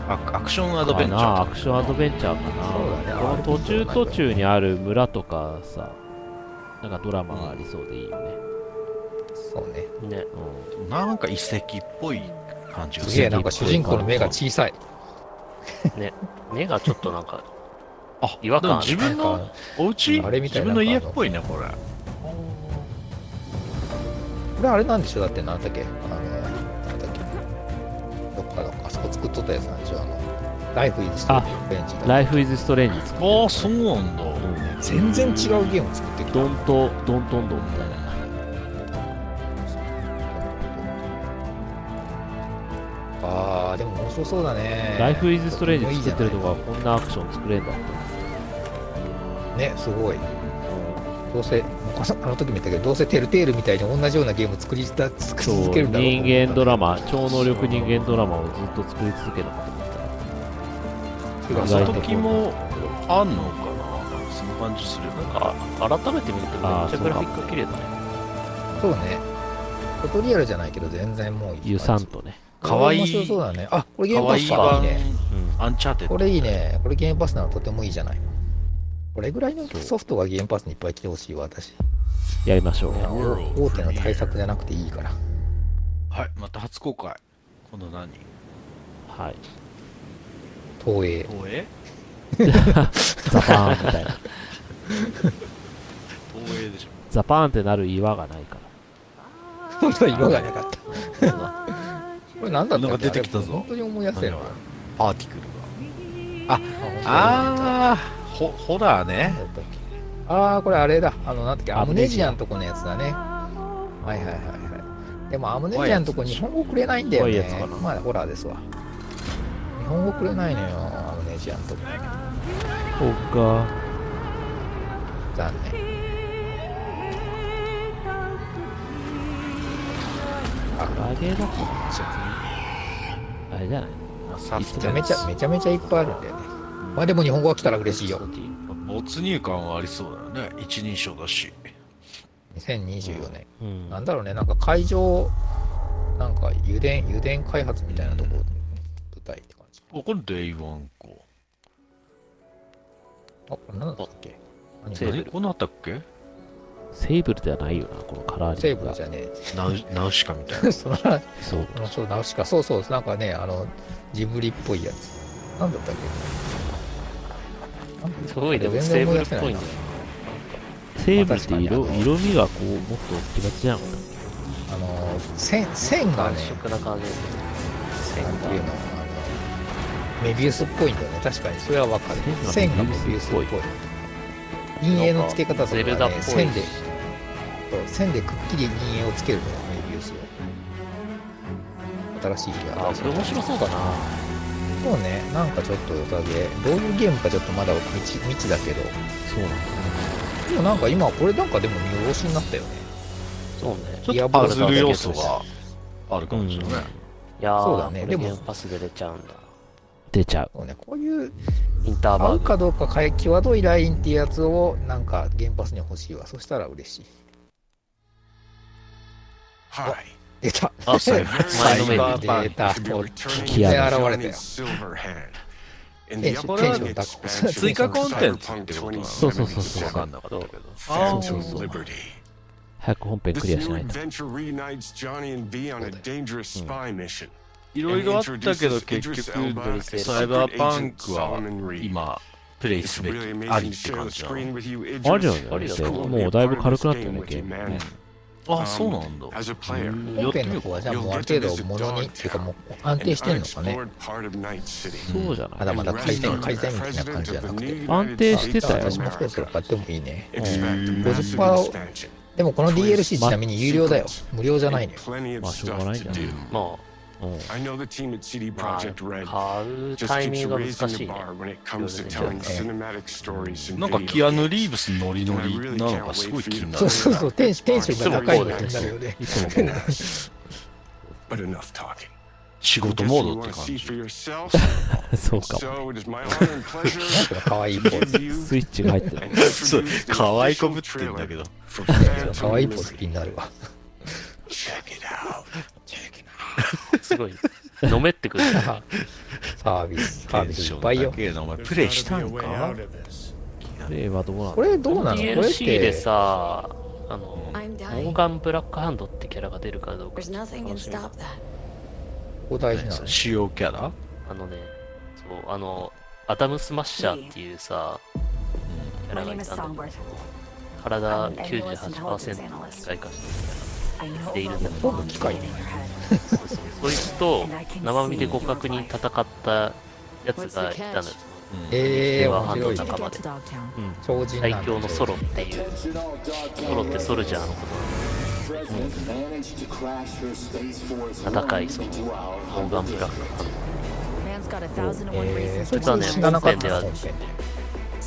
S2: ーアクアクションアドベンチャ
S4: かな
S2: ー
S4: アクションアドベンチャー
S2: そう
S4: か
S2: だ
S4: な
S2: ね
S4: この途中途中にある村とかさなんかドラマがありそうでいいよね
S3: そうね
S1: ね
S2: なんか遺跡っぽい感じが
S3: すげえなんか主人公の目が小さい
S1: ね、目がちょっとなんか、
S2: あ
S1: 違和感ある
S2: でも自分のお家
S3: あれみた
S2: 自
S3: いななん
S2: 分の
S3: かあ
S2: 家
S3: の
S2: っぽいねこれ
S3: これあれなんでしょだってなんだっけあのなんだっけどっかどっかあそこ作っとったやつなんでしょあのライフイズスト
S4: あ
S3: レンジ
S4: ライフイズストレンジ作って
S2: ああそうなんだ
S3: 全然違うゲーム作ってきた
S4: ドンとドントンドンみたいな
S3: ああでも面白そうだね
S4: ライフイズストレージ作ってる
S3: と
S4: とこはこんなアクション作れるんだって
S3: ねすごいどうせあそあの時も言ったけどどうせてるテールみたいに同じようなゲーム作りだ作り
S4: そ
S3: 続
S4: う
S3: けるんだろう
S4: 人間ドラマ超能力人間ドラマをずっと作り続けるのかと思ったら
S2: 謎解きもあんのかななんかそんな感じするよね
S1: なんか改めて見るとめっ
S4: あー
S1: ちゃグラフィック綺麗だね。
S3: そうねフォトリアルじゃないけど全然もう
S4: ユサンとね
S3: かわいい面白そうだねあこれゲームパスかいいね
S2: アンチャーテッド
S3: これいいねこれゲームパスならとてもいいじゃないこれぐらいのソフトがゲームパスにいっぱい来てほしいわ私
S4: やりましょう
S3: あの大手の対策じゃなくていいから
S2: はいまた初公開この何
S4: はい
S3: 東映
S2: 東映
S4: ザパーンみたいな
S2: 東映でしょ
S4: ザパーンってなる岩がないから
S3: 本当に色がなかった これ何だったっけ
S2: なんか出てきたぞ
S3: あれ本当に思い出せるわ
S2: パーティクル
S3: あ
S2: ああホホラーね
S3: ああこれあれだあのなんだっけア
S2: ア
S3: ム
S2: ム
S3: ネ
S2: ネ
S3: ジ
S2: ジ
S3: ア
S2: ア
S3: のとこのやつだねはいはいはいはいでもアムネジアのとこ日本語くれないんだよ
S4: 怖いやつ
S3: ね
S4: かな
S3: まあホラーですわ日本語くれないのよアムネジアのとこ
S4: そっか
S3: 残念あ
S4: あげだあれじゃない
S3: めちゃめちゃめちゃめちゃいっぱいあるんだよねまあでも日本語が来たら嬉しいよ
S2: 没入感はありそうだよね一人称だし
S3: 2024年、なんだろうねなんか会場なんか油田油田開発みたいなところ、舞台って感じ
S2: あこれ Day1 か
S3: あこれ何だったっけ何
S2: セーブルこんなあったっけ
S4: セーブルではないよな、このカラーリング
S3: セーブルじゃねえ
S2: ナウナウシカみたいな
S3: その話
S4: そう
S3: あのそうナウシカそうそうなんかねあのジブリっぽいやつなんだったっけ
S1: すごいでも
S3: 全然思出
S1: セ
S3: せ
S1: ーブルっぽ
S3: な
S1: い
S3: な
S1: ね
S4: セーブルって色色味がこうもっと気持ちじゃん
S3: あの線線がね
S1: 色な感じ
S3: 線がっていうのはあのメビウスっぽいんだよね確かにそれはわかる線がメビウスっぽい陰影の付け方とか
S1: ゼル
S3: が
S1: ダっぽ
S3: ね
S1: いし
S3: 線でそう線でくっきり陰影をつけるのよメビウスを新しい
S1: あこれ面白そうだな
S3: そうねなんかちょっと良さげどういうゲームかちょっとまだ未知未知だけど
S4: そうなん
S3: だでもなんか今これなんかでも見下ろしになったよね
S1: そうね
S2: ちょっとパズル要素があるかもしれない、
S1: いやー
S3: そうだね
S1: これ
S3: でも
S1: ゲームパスで出ちゃうんだ
S4: 出ちゃう
S3: そうねこういう
S1: インター
S3: 合
S1: バ
S3: う
S1: ーグ
S3: かどうかかえ際どいラインっていうやつをなんか原発に欲しいわそしたら嬉しい
S13: はい
S3: 出た
S13: あ
S3: そ
S13: そうう
S3: 出
S13: や
S3: た出たこっちに現れたよ
S13: これはね追加コンテンツってことなの
S4: そうそうそうそう
S13: わかんなかったけど
S4: あー早く本編クリアしないと
S2: いろいろあったけど結局サイバーパンクは今プレイすべきありって感じなの
S4: ありなんだよねもうだいぶ軽くなったよねゲームね
S2: あそうなんだ
S3: 本編の方はじゃあもうある程度ものにっていうかもう安定してるのかね
S4: そうじゃない
S3: まだまだ改善改善みたいな感じじゃなくて
S4: 安定してたよ
S3: 私もそろそろ買ってもいいね
S4: うん
S3: 50%をでもこの DLC ちなみに有料だよ無料じゃないのよ
S4: まあしょうがないんだよ
S1: ま
S4: あうん
S13: あの
S1: タイミングが難しいね
S2: なんかキアヌ・リーブスノリノリなのがすごい気にな
S3: そ
S2: る
S3: うそうそうテンションテンションが高いのになるよね
S2: いつもこう仕事モードって感じ
S4: そうか
S13: もね
S3: なんか可愛いポーズ
S4: スイッチが入ってる
S2: そう可愛いこぶってんだけど
S3: 可愛いポーズ気になるわ
S1: すごいのめってく る
S3: サービスサービスいっぱいよ
S2: プレイしたのか
S4: プレイはどうなんだ
S3: これどうなのこれっ
S1: DLC
S3: て
S1: でさあのモ
S11: I'm dying.
S1: ーガン・ブラックハンドってキャラが出るかどうか
S11: There's nothing can stop that.
S3: ここ大事なの
S2: 主要キャラ
S1: あのねそうあのアダム・スマッシャーっていうさキャ
S11: My
S1: ラが
S11: name
S1: い
S11: is
S1: たんだ
S11: Songbird.
S1: 体98%の機械化してるでいるんだけどそいつと生身で互角に戦ったやつがいたのよ
S3: えー
S1: 令和ハンドの仲間で
S3: 超人
S1: 最
S3: なんだ
S1: 強のソロっていうソロってソルジャーのこと戦いそうモーガン・ブラックハンド
S11: Man's got a thousand and one
S3: えー
S11: reasons
S3: そ
S11: to
S3: いつはね本編では
S11: live.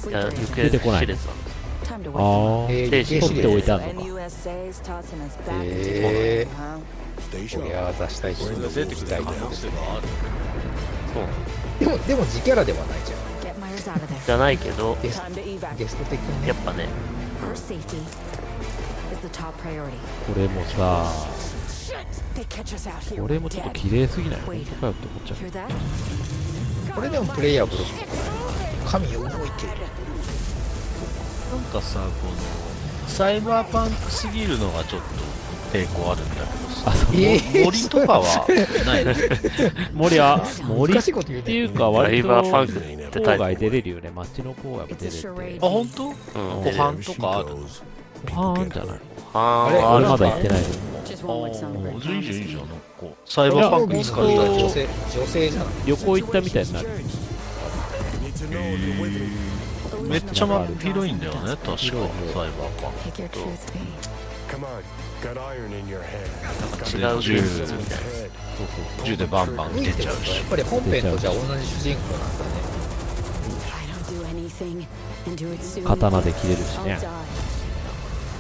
S1: いや行
S4: 出てこな
S1: 方
S4: い
S1: 知れずなの
S11: Time to
S4: あ
S11: wake
S4: あ
S3: えー
S4: 取っておいてあるのか
S11: NUSA's tossing us back into the
S3: え
S11: huh?
S3: ーこれは出したいし出てきたいけど
S1: そう
S3: でもでも自キャラではないじゃん
S11: Get Myers out of there.
S1: じゃないけど
S3: ゲス
S11: と
S3: ゲスト的にね
S1: やっぱね
S11: Her safety is the top priority.
S4: これもさ
S11: Shit! They catch us out here.
S4: これもちょっと綺麗すぎない本当かよって思っちゃ
S11: Hear that?
S3: これでもプレイヤーブロック神よ動いてる
S2: なんかさこのサイバーパンクすぎるのがちょっと抵抗あるんだ
S4: あそう
S2: けど森とかはないの
S4: 森は森
S3: 難
S4: っ
S3: しいこと言う
S4: て
S3: ね
S4: いうか割と
S1: ダイバーファンクに行ってたい
S4: 郊外出れるよね街の郊外も出れる
S2: あ本当
S1: うん
S2: ご飯とかある
S4: パーンじゃない
S1: あ
S3: れ
S1: ーあ
S4: 俺
S1: る
S4: ま
S1: ん
S4: だ
S1: だ
S4: 行ってない
S2: もう随時いいじゃんなんかこうサイバーパンクに使いたい
S3: 女
S2: じ
S3: 性女性じゃない
S4: 旅行行ったみたいになる
S2: ゃんめっちゃま広いんだよね確かサイバーパン
S11: Take your truth, me.
S2: ク
S1: 違う
S2: 銃
S1: 現実みたいな
S2: 銃でバンバン
S3: 動い
S2: 出
S3: てる
S2: ちゃう
S3: と
S2: し
S3: やっぱり本編とじゃあ同じ主人公なんだね
S11: I don't do anything and do it soon.
S4: 刀で切れるし
S11: I'll
S4: ね
S11: die.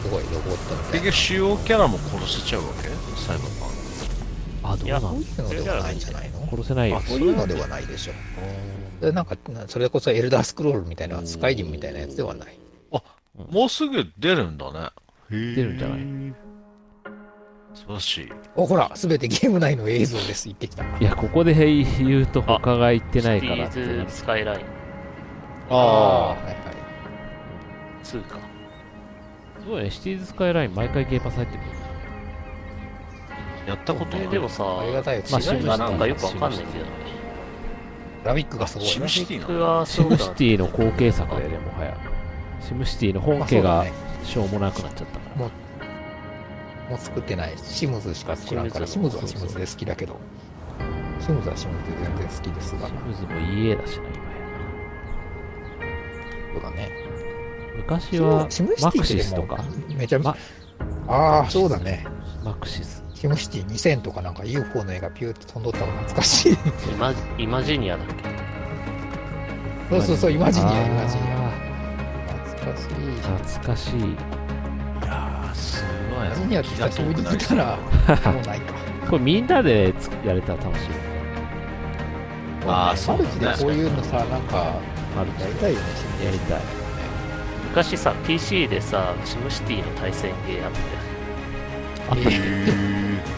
S3: すごいロボットみたい
S2: 結局主要キャラも殺せちゃうわけサイバーパンク
S4: あどうなんだ
S3: なそういうのではないんじゃないの
S4: 殺せないよ
S3: あそういうのではないでしょでなんかなそれこそエルダースクロールみたいなスカイリムみたいなやつではない
S2: もうすぐ出るんだね
S4: 出るんじゃない
S2: 素晴らしい。
S3: お、ほら、すべてゲーム内の映像です。行ってきた。
S4: いや、ここで言うと他が言ってないから
S1: シティーズスカイライン。
S3: ああー、はいはい。
S1: 2か。
S4: すごいね、シティーズスカイライン毎回ゲーパス入ってくる。
S2: やったこと
S1: えでもさ、
S3: ありがたいよ
S1: まあ、
S3: シムシティ
S1: がなんかよくわかんないけどね。
S3: グラフィックがすごい。
S2: シムシティな
S1: 僕は
S4: シ
S1: そう
S4: ム
S1: だ
S4: シティの後継作だよね、もはや。シムシティの本家
S3: まあ
S4: が
S3: そうだ
S4: しょうもなくなっちゃったから。
S3: もう、もう作ってない。シムズしか作らんから、シ
S1: シ
S3: ム
S1: ム
S3: ズ
S1: ズ
S3: は
S1: も
S3: シムズで好きだけど。シムズはシムズで全然好きですが。
S4: シムズもいい絵だしな、今や。
S3: そうだね。
S4: 昔は
S3: シムシ
S4: マ
S3: ティ
S4: ク
S3: って
S4: シ
S3: で
S4: スと
S3: も
S4: か、
S3: めちゃめちゃ
S4: ま。
S3: ああ、そうだね。
S4: マクシス。
S3: シムシティ2000とかなんか UFO の絵がピューって飛んどったの懐かしい。
S1: イマジイマジニアだっけ
S3: そうそうそう、イマジニ
S4: あ
S3: ア、
S4: ー
S3: イマジニア。懐かしい。
S4: 懐かしい。
S2: あーすごい
S3: イ
S2: な。
S3: マジニアって久しぶりに見たら、もうないか。
S4: これみんなでつやれたら楽しい。
S2: あーそう
S3: マルチで
S2: だ
S3: こう
S2: ね。
S3: いうのさ、なんか、
S4: マルチ
S3: やりたいよね、
S4: やりたい。
S1: 昔さ、PC でさ、シムシティの対戦ゲーやって、
S4: あったっ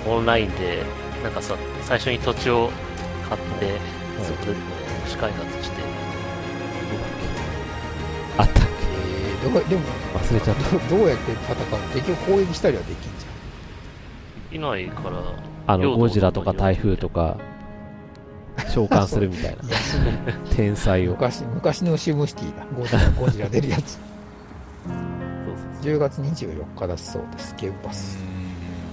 S4: け
S1: オンラインで、なんかさ、最初に土地を買って、ずっと市開発して、
S4: あったっ
S3: えー、どこでも
S4: け忘れちゃった。
S3: ど、どうやって戦うの結局攻撃したりはできんじ
S1: いないから、
S4: あの、ゴジラとか台風
S1: か。
S4: とか、召喚するみたいな。天才
S3: ゃん。
S4: を。
S3: 昔昔のシムシティだ。ゴジラゴジラ出るやつ。
S4: そうそうそう
S3: 10月24日だそうです、原発。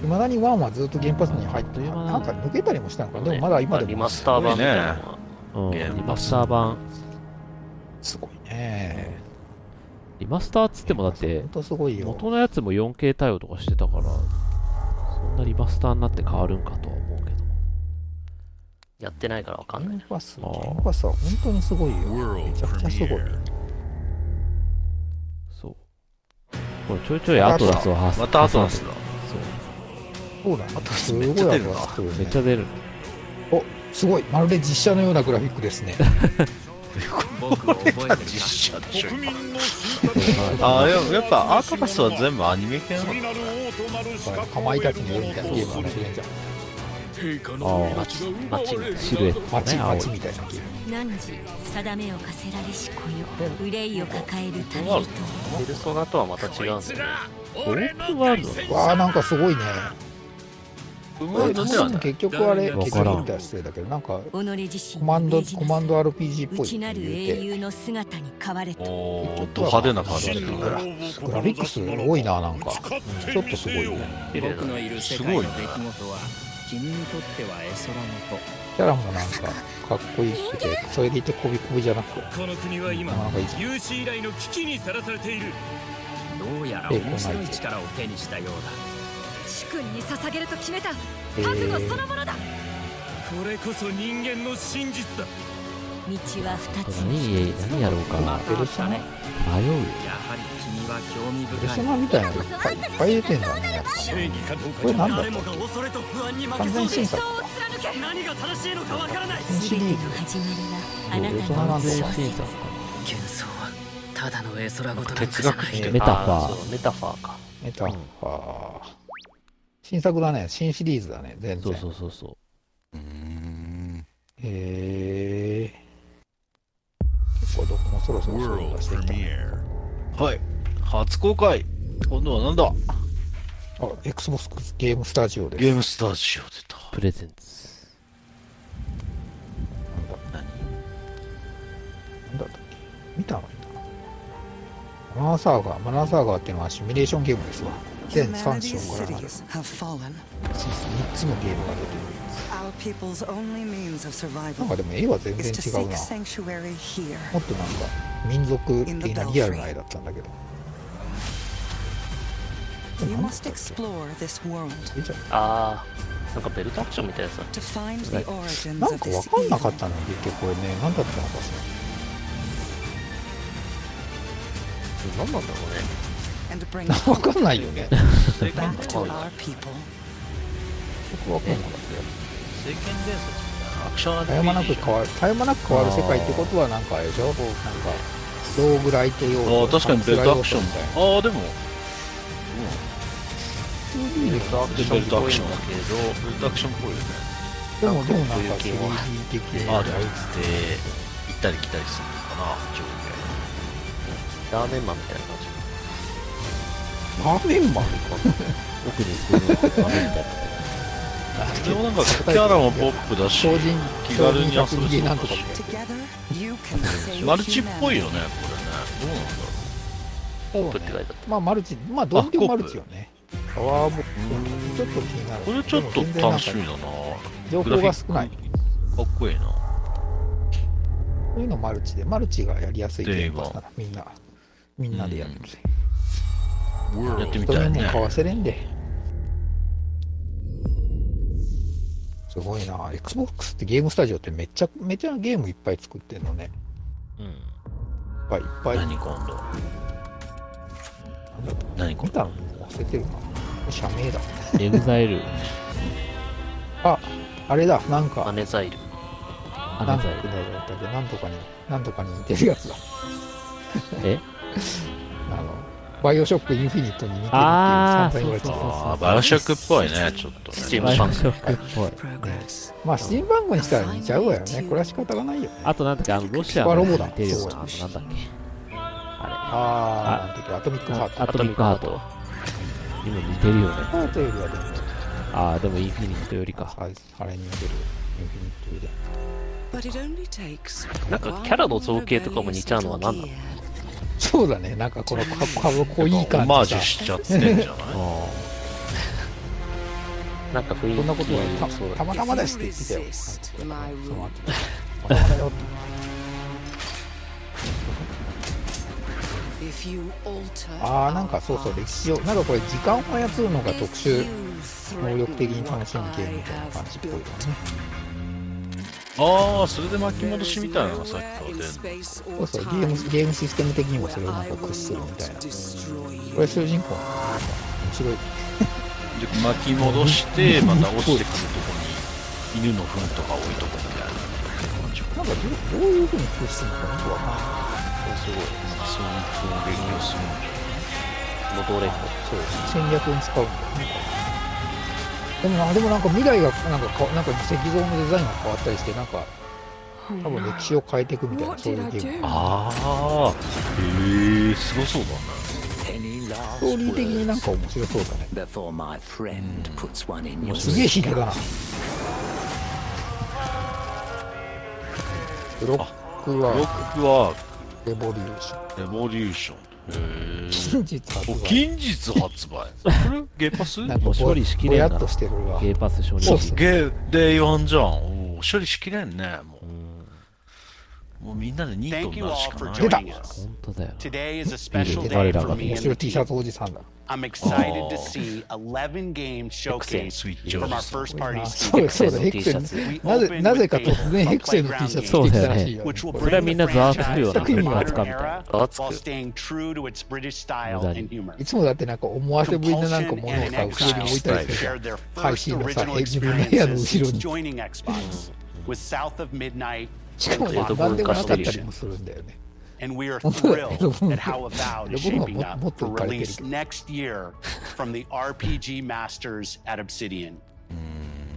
S3: いまだにワンはずっと原発に入ってる
S4: あ
S3: なんか抜けたりもしたのかな、
S1: ね
S3: でもまだ今で
S1: リ
S3: も
S1: マスター版みたいなのは、
S4: うん、
S2: ゲーム
S4: リマスター版。
S3: すごいね。
S4: リマスターっつってもだって
S3: 本、当すごいよ。
S4: 元のやつも 4K 対応とかしてたから、そんなリマスターになって変わるんかとは思うけど。
S1: やってないからわかんない
S3: 原。発、
S4: あー
S3: 原発は本当にすごいよ。め
S6: World
S3: ちゃくちゃすごい。
S6: premiere.
S4: そう。これちょいちょいアトラスを発
S2: またアトラスだ。
S4: そう。
S3: そうだ、あとすごい
S2: めっちゃ出るな
S3: 油吸ってるよね
S4: めっちゃ出る。
S3: おすごい、まるで実写のようなグラフィック ですね。
S5: 僕を覚えてるな
S2: 実写でしょ。今あ
S8: あ
S2: あ、
S8: あ、
S2: で
S8: で
S2: も
S8: も
S2: や
S8: や
S2: っ
S8: っ
S2: ぱ
S8: ぱ
S2: ア
S8: ア
S2: ト
S8: ト
S2: ラ
S8: ラ
S2: ス
S8: ス
S2: は
S8: は
S2: 全部アニメ系なの
S3: かまいたちのようみたいなゲームは面白いんじゃん。
S4: ああ、
S1: 街み
S4: シルエット
S3: 街、
S4: ね、青い
S3: 街。みたいなゲーム。
S11: 汝定めを課せられし子よ憂いを抱える旅人
S1: ペルソナとはまた違うんだよね。
S4: オープンワールド
S3: わあ、なんかすごいね。
S2: うまいのではない。
S3: 結局あれ、
S4: わ
S3: 結
S4: からん
S3: 局みたいな失礼だけど、なんか
S11: 己自
S3: コ
S11: 身
S3: マ
S11: を
S3: ン
S11: 命
S3: ド、
S11: じな
S3: コ
S11: さい
S3: マンド RPG っぽいって
S11: 内なる英
S3: 言うて。
S11: 雄の姿に変われと
S2: おー、ド派手な感じだ
S3: グラ
S2: ね。
S3: グラフィックス多いな、なんか。ちょっとすごいね。
S1: 綺麗だね
S10: いる
S2: 世界の
S10: 事
S2: 出来
S10: は君にとっては絵空の子
S3: キャラもなんか、かっこいいくて、それでいてこびこびじゃなく、
S14: この国は今
S3: なんかいいじゃん。
S14: 有史以来の危機にさらされているどうやら
S3: ええこんな
S14: 面白い
S3: やつ
S14: 力を手にしたようだ
S11: 主君に捧げると決めた
S3: え
S11: 覚悟
S3: ー
S11: そのものだ
S14: これこそ人間の真実だ
S11: 道は二つ
S4: 何、何やろうか。
S3: ペルソナ
S4: 迷うよ。
S14: やはり君は興味
S3: ペル
S14: 深
S3: ソ
S14: い
S3: ナみたいなのいっぱいいっぱい出てんだね。やっぱ
S14: 正義かどう
S3: これ
S14: か
S3: なんだ
S14: 誰もが恐れと不安に負け
S3: 完
S14: そう
S3: 全新
S14: で
S3: 作。
S14: 何が正しいのかわからない
S3: 新シ
S11: 全
S3: リ
S11: て
S3: ー
S11: の
S3: ズ。
S11: 始ま
S3: あ
S11: りは
S3: なた
S11: あな
S3: のな
S11: たの
S3: んか
S4: 全
S11: 小
S4: 身さ
S11: 説
S4: んか
S14: 幻想はただの絵空ごとの
S2: 哲学的
S4: メタファー
S1: あそうメタファーか。
S3: メタファー。新作だね。新シリーズだね。全然。
S4: そうそうそうそう。
S3: へえ。結構どこもそろそろそういうの
S6: World
S3: がしてきたね。
S6: premiere.
S2: はい。初公開。今度はなんだ
S3: あ、Xbox ゲームスタジオです。
S2: ゲームスタジオ出た。
S4: プレゼンツ。
S3: なんだったっけ見たのかなマナーサーガー。マナーサーガーっていうのはシミュレーションゲームですわ。全3章からなる
S10: cities have fallen.
S3: 3つのゲームが出てる。
S10: Our people's only means of
S3: なん
S10: survival
S3: かでも絵は全
S10: is to
S3: 然違う
S10: seek
S3: な。
S10: sanctuary here.
S3: もっとなんか民族的なリアルな絵だったんだけど。で
S10: You
S3: もなんだっ
S10: must
S3: け
S10: explore this world
S3: えじゃ
S1: ああ、なんかベルトアクションみたいなやつだ
S10: to find the origins
S3: なん
S10: of
S3: かわ
S10: this
S3: かんなか
S10: evil.
S3: ったの結局これね。なんだったのかし
S1: 何なんだろうね。
S10: and bring
S3: ら。わかんないよね。
S10: back to our people.
S3: 僕わかんなかったよ。
S2: 聖剣伝説みたいなアクション RPG
S3: 絶え間なく変わる、絶え間なく変わる世界ってことはなんかあれでしょこうなんか、道具ライテ用
S2: ああ、確かにベルトアクション
S3: みたいな。
S2: ああ、でも、
S3: 2D で
S2: ベルトアクションだ
S7: けど、
S2: ベルトアクションっぽいよね。
S3: でも、でもなん
S2: こうい
S3: か
S2: う系も
S3: 3D 的で
S2: あるあるって、行ったり来たりするのかな、上
S7: ラーメンマンみたいな感じ。
S3: ラーメンマン
S7: 奥に行くのがラーメンみたいな。
S2: 下。でもなんか、キャラもポップだし、気軽に遊べそうだし
S3: 1D なんとかって。
S2: マルチっぽいよね、これね。どうなんだろう。
S7: コップって書いてあっ
S3: まあマルチ、まあどう見ても
S2: あ
S3: マルチよね。パワーボックスちょっと気になる。
S2: これちょっ
S3: で
S2: と
S3: も全然なんか
S2: 楽しみだな
S3: 情報が少ない。
S2: かっこいいな。
S3: こういうのマルチで、マルチがやりやすいゲームだ
S2: で
S3: から、みんな、みんなでやるので。
S2: やってみ
S3: それ
S2: たい
S3: も
S2: ね。
S3: 買わせれんで。すごいな。Xbox ってゲームスタジオってめっちゃめちゃゲームいっぱい作ってんのね。
S2: うん。
S3: いっぱいいっぱい。
S2: 何今度何
S3: 見たの忘れてるな。社名だ。
S1: エグザイル、
S3: あ、あれだ。なんか
S7: た。、ネザイル。
S3: なん
S1: 花
S3: だ
S1: ザ
S3: っ
S1: イ
S3: け、なんだっけ、なんとかに、なんとかに似てるやつだ。
S1: ル。え
S3: あの、バイオショックインフィニットに似てるっていう
S1: あ
S3: 散
S1: ー
S3: 々言われて
S1: そうそうそう
S3: た。
S2: あー、バイオショックっぽいね、ちょっとね。
S7: スチームパンク。
S3: まあ、スチームバンクにしたら似ちゃうわよね。これは仕方がないよ。
S1: あとなんだっけ、あの、ロシア
S3: スパロ
S1: の
S3: ボ
S1: 似
S3: だ
S1: てるよな、あとなんだっけ。
S3: あ
S1: あ
S3: ー、なんていうか、アトミックハート。
S1: アトミックハート。今似てるよね。
S3: ハートよりはでも、
S1: ああ、でもインフィニットよりか。
S3: ああれに似てる。インフィニットよりだ。
S7: なんかキャラの造形とかも似ちゃうのは何なの
S3: そうだね、なんかこのかかぶこいい感じさ。
S2: オマージ ュしちゃってんじゃない
S7: なんか雰囲気
S3: そんなことは
S7: そう
S3: たたま
S7: だ
S3: たまですって言ってたよ。その後たまたまだよってああ、なんかそうそう、歴史を、なんかこれ、時間を操るのが特殊、能力的に楽しむゲームみたいな感じっぽいよね。
S2: ああ、それで巻き戻しみたいなのがさっきから出るの。
S3: そうそう、ゲーム、ゲームシステム的にもそれをなんか駆使するみたいな。これ、主人公なんか面白い。
S2: で巻き戻して、また落ちてくるとこに犬の糞とか置いとくみたいな感じ。
S3: なんかどう、どういうふうに駆使するのかよくわかんない。
S2: すごい。そういう攻撃をするんだ。
S7: 戻れんの
S3: そう戦略に使うんだよねでもなでもなんか未来がなんかかなんか石像のデザインが変わったりしてなんか多分歴史を変えていくみたいなそういうゲーム
S2: ああ、へえ、すごそうだね。
S3: ストーリー的になんか面白そうだね
S15: Before my friend puts one in
S3: も
S15: your
S3: うすげえ引いてたなブロック
S2: ブロ
S3: は
S2: ックは
S3: レボリューション
S2: レボリューション。へー
S3: 真実発
S2: お
S3: 売
S2: 近日発売。これゲパス？
S3: なんか
S1: もう
S3: ぼ
S1: 処理しき
S3: ぼ
S1: れ
S3: や
S1: んな
S3: っとしてるわ
S1: ゲーパス承
S2: そう
S1: 認
S2: すげえデイワンじゃん。おー処理しきれんね。もうもうみんなでニート
S9: Thank
S2: に
S9: you
S2: なるし
S9: all
S2: か
S9: for
S2: ない。
S9: joining us.
S1: 本当だよ。
S9: Today is a special
S1: ビールで
S9: day
S1: 我ら
S9: for
S1: が
S9: me
S3: 面
S9: and
S3: 白い T シャ
S9: Pete.
S3: ツおじさんだ
S9: I'm excited to
S2: Oh.
S9: see 11 games
S2: Excellent,
S9: showcased
S2: sweet
S9: from our
S2: Jones.
S9: first
S3: あ
S9: party
S3: そうだ
S9: speakers.
S3: そうだヘ
S7: T
S3: ク
S7: シ
S3: セ
S7: ャツ
S3: ルなぜなぜか突然ヘクセルの T シャツ着てきたらしいよ、ね、
S9: Which will
S3: これ
S1: Let
S9: bring
S1: me
S9: the
S1: know the answer
S9: franchise to
S1: to
S9: the
S1: your
S9: modern
S1: outcome.
S9: era
S7: Outcome.
S9: while staying true to its British style
S1: Exactly.
S9: and humor.
S3: いつもだってなんか思わせぶりななんか物をさ後ろに置いたりしてさ
S9: shared their
S3: 配
S9: first
S3: 信のさ
S9: original
S3: 自分の 部屋の後
S9: experiences
S3: ろ
S9: since
S3: に
S9: joining Xbox with South of Midnight
S3: しかもね、何でもなかったりもするんだよね。
S9: and we are
S3: 本当だよ
S9: thrilled
S3: ね、ロボン
S9: at how Avowed is
S3: ロボン
S9: shaping
S3: はももっ
S9: up
S3: と
S9: for
S3: 浮かれてる
S9: release
S3: けど、
S9: next year from the RPG masters at Obsidian.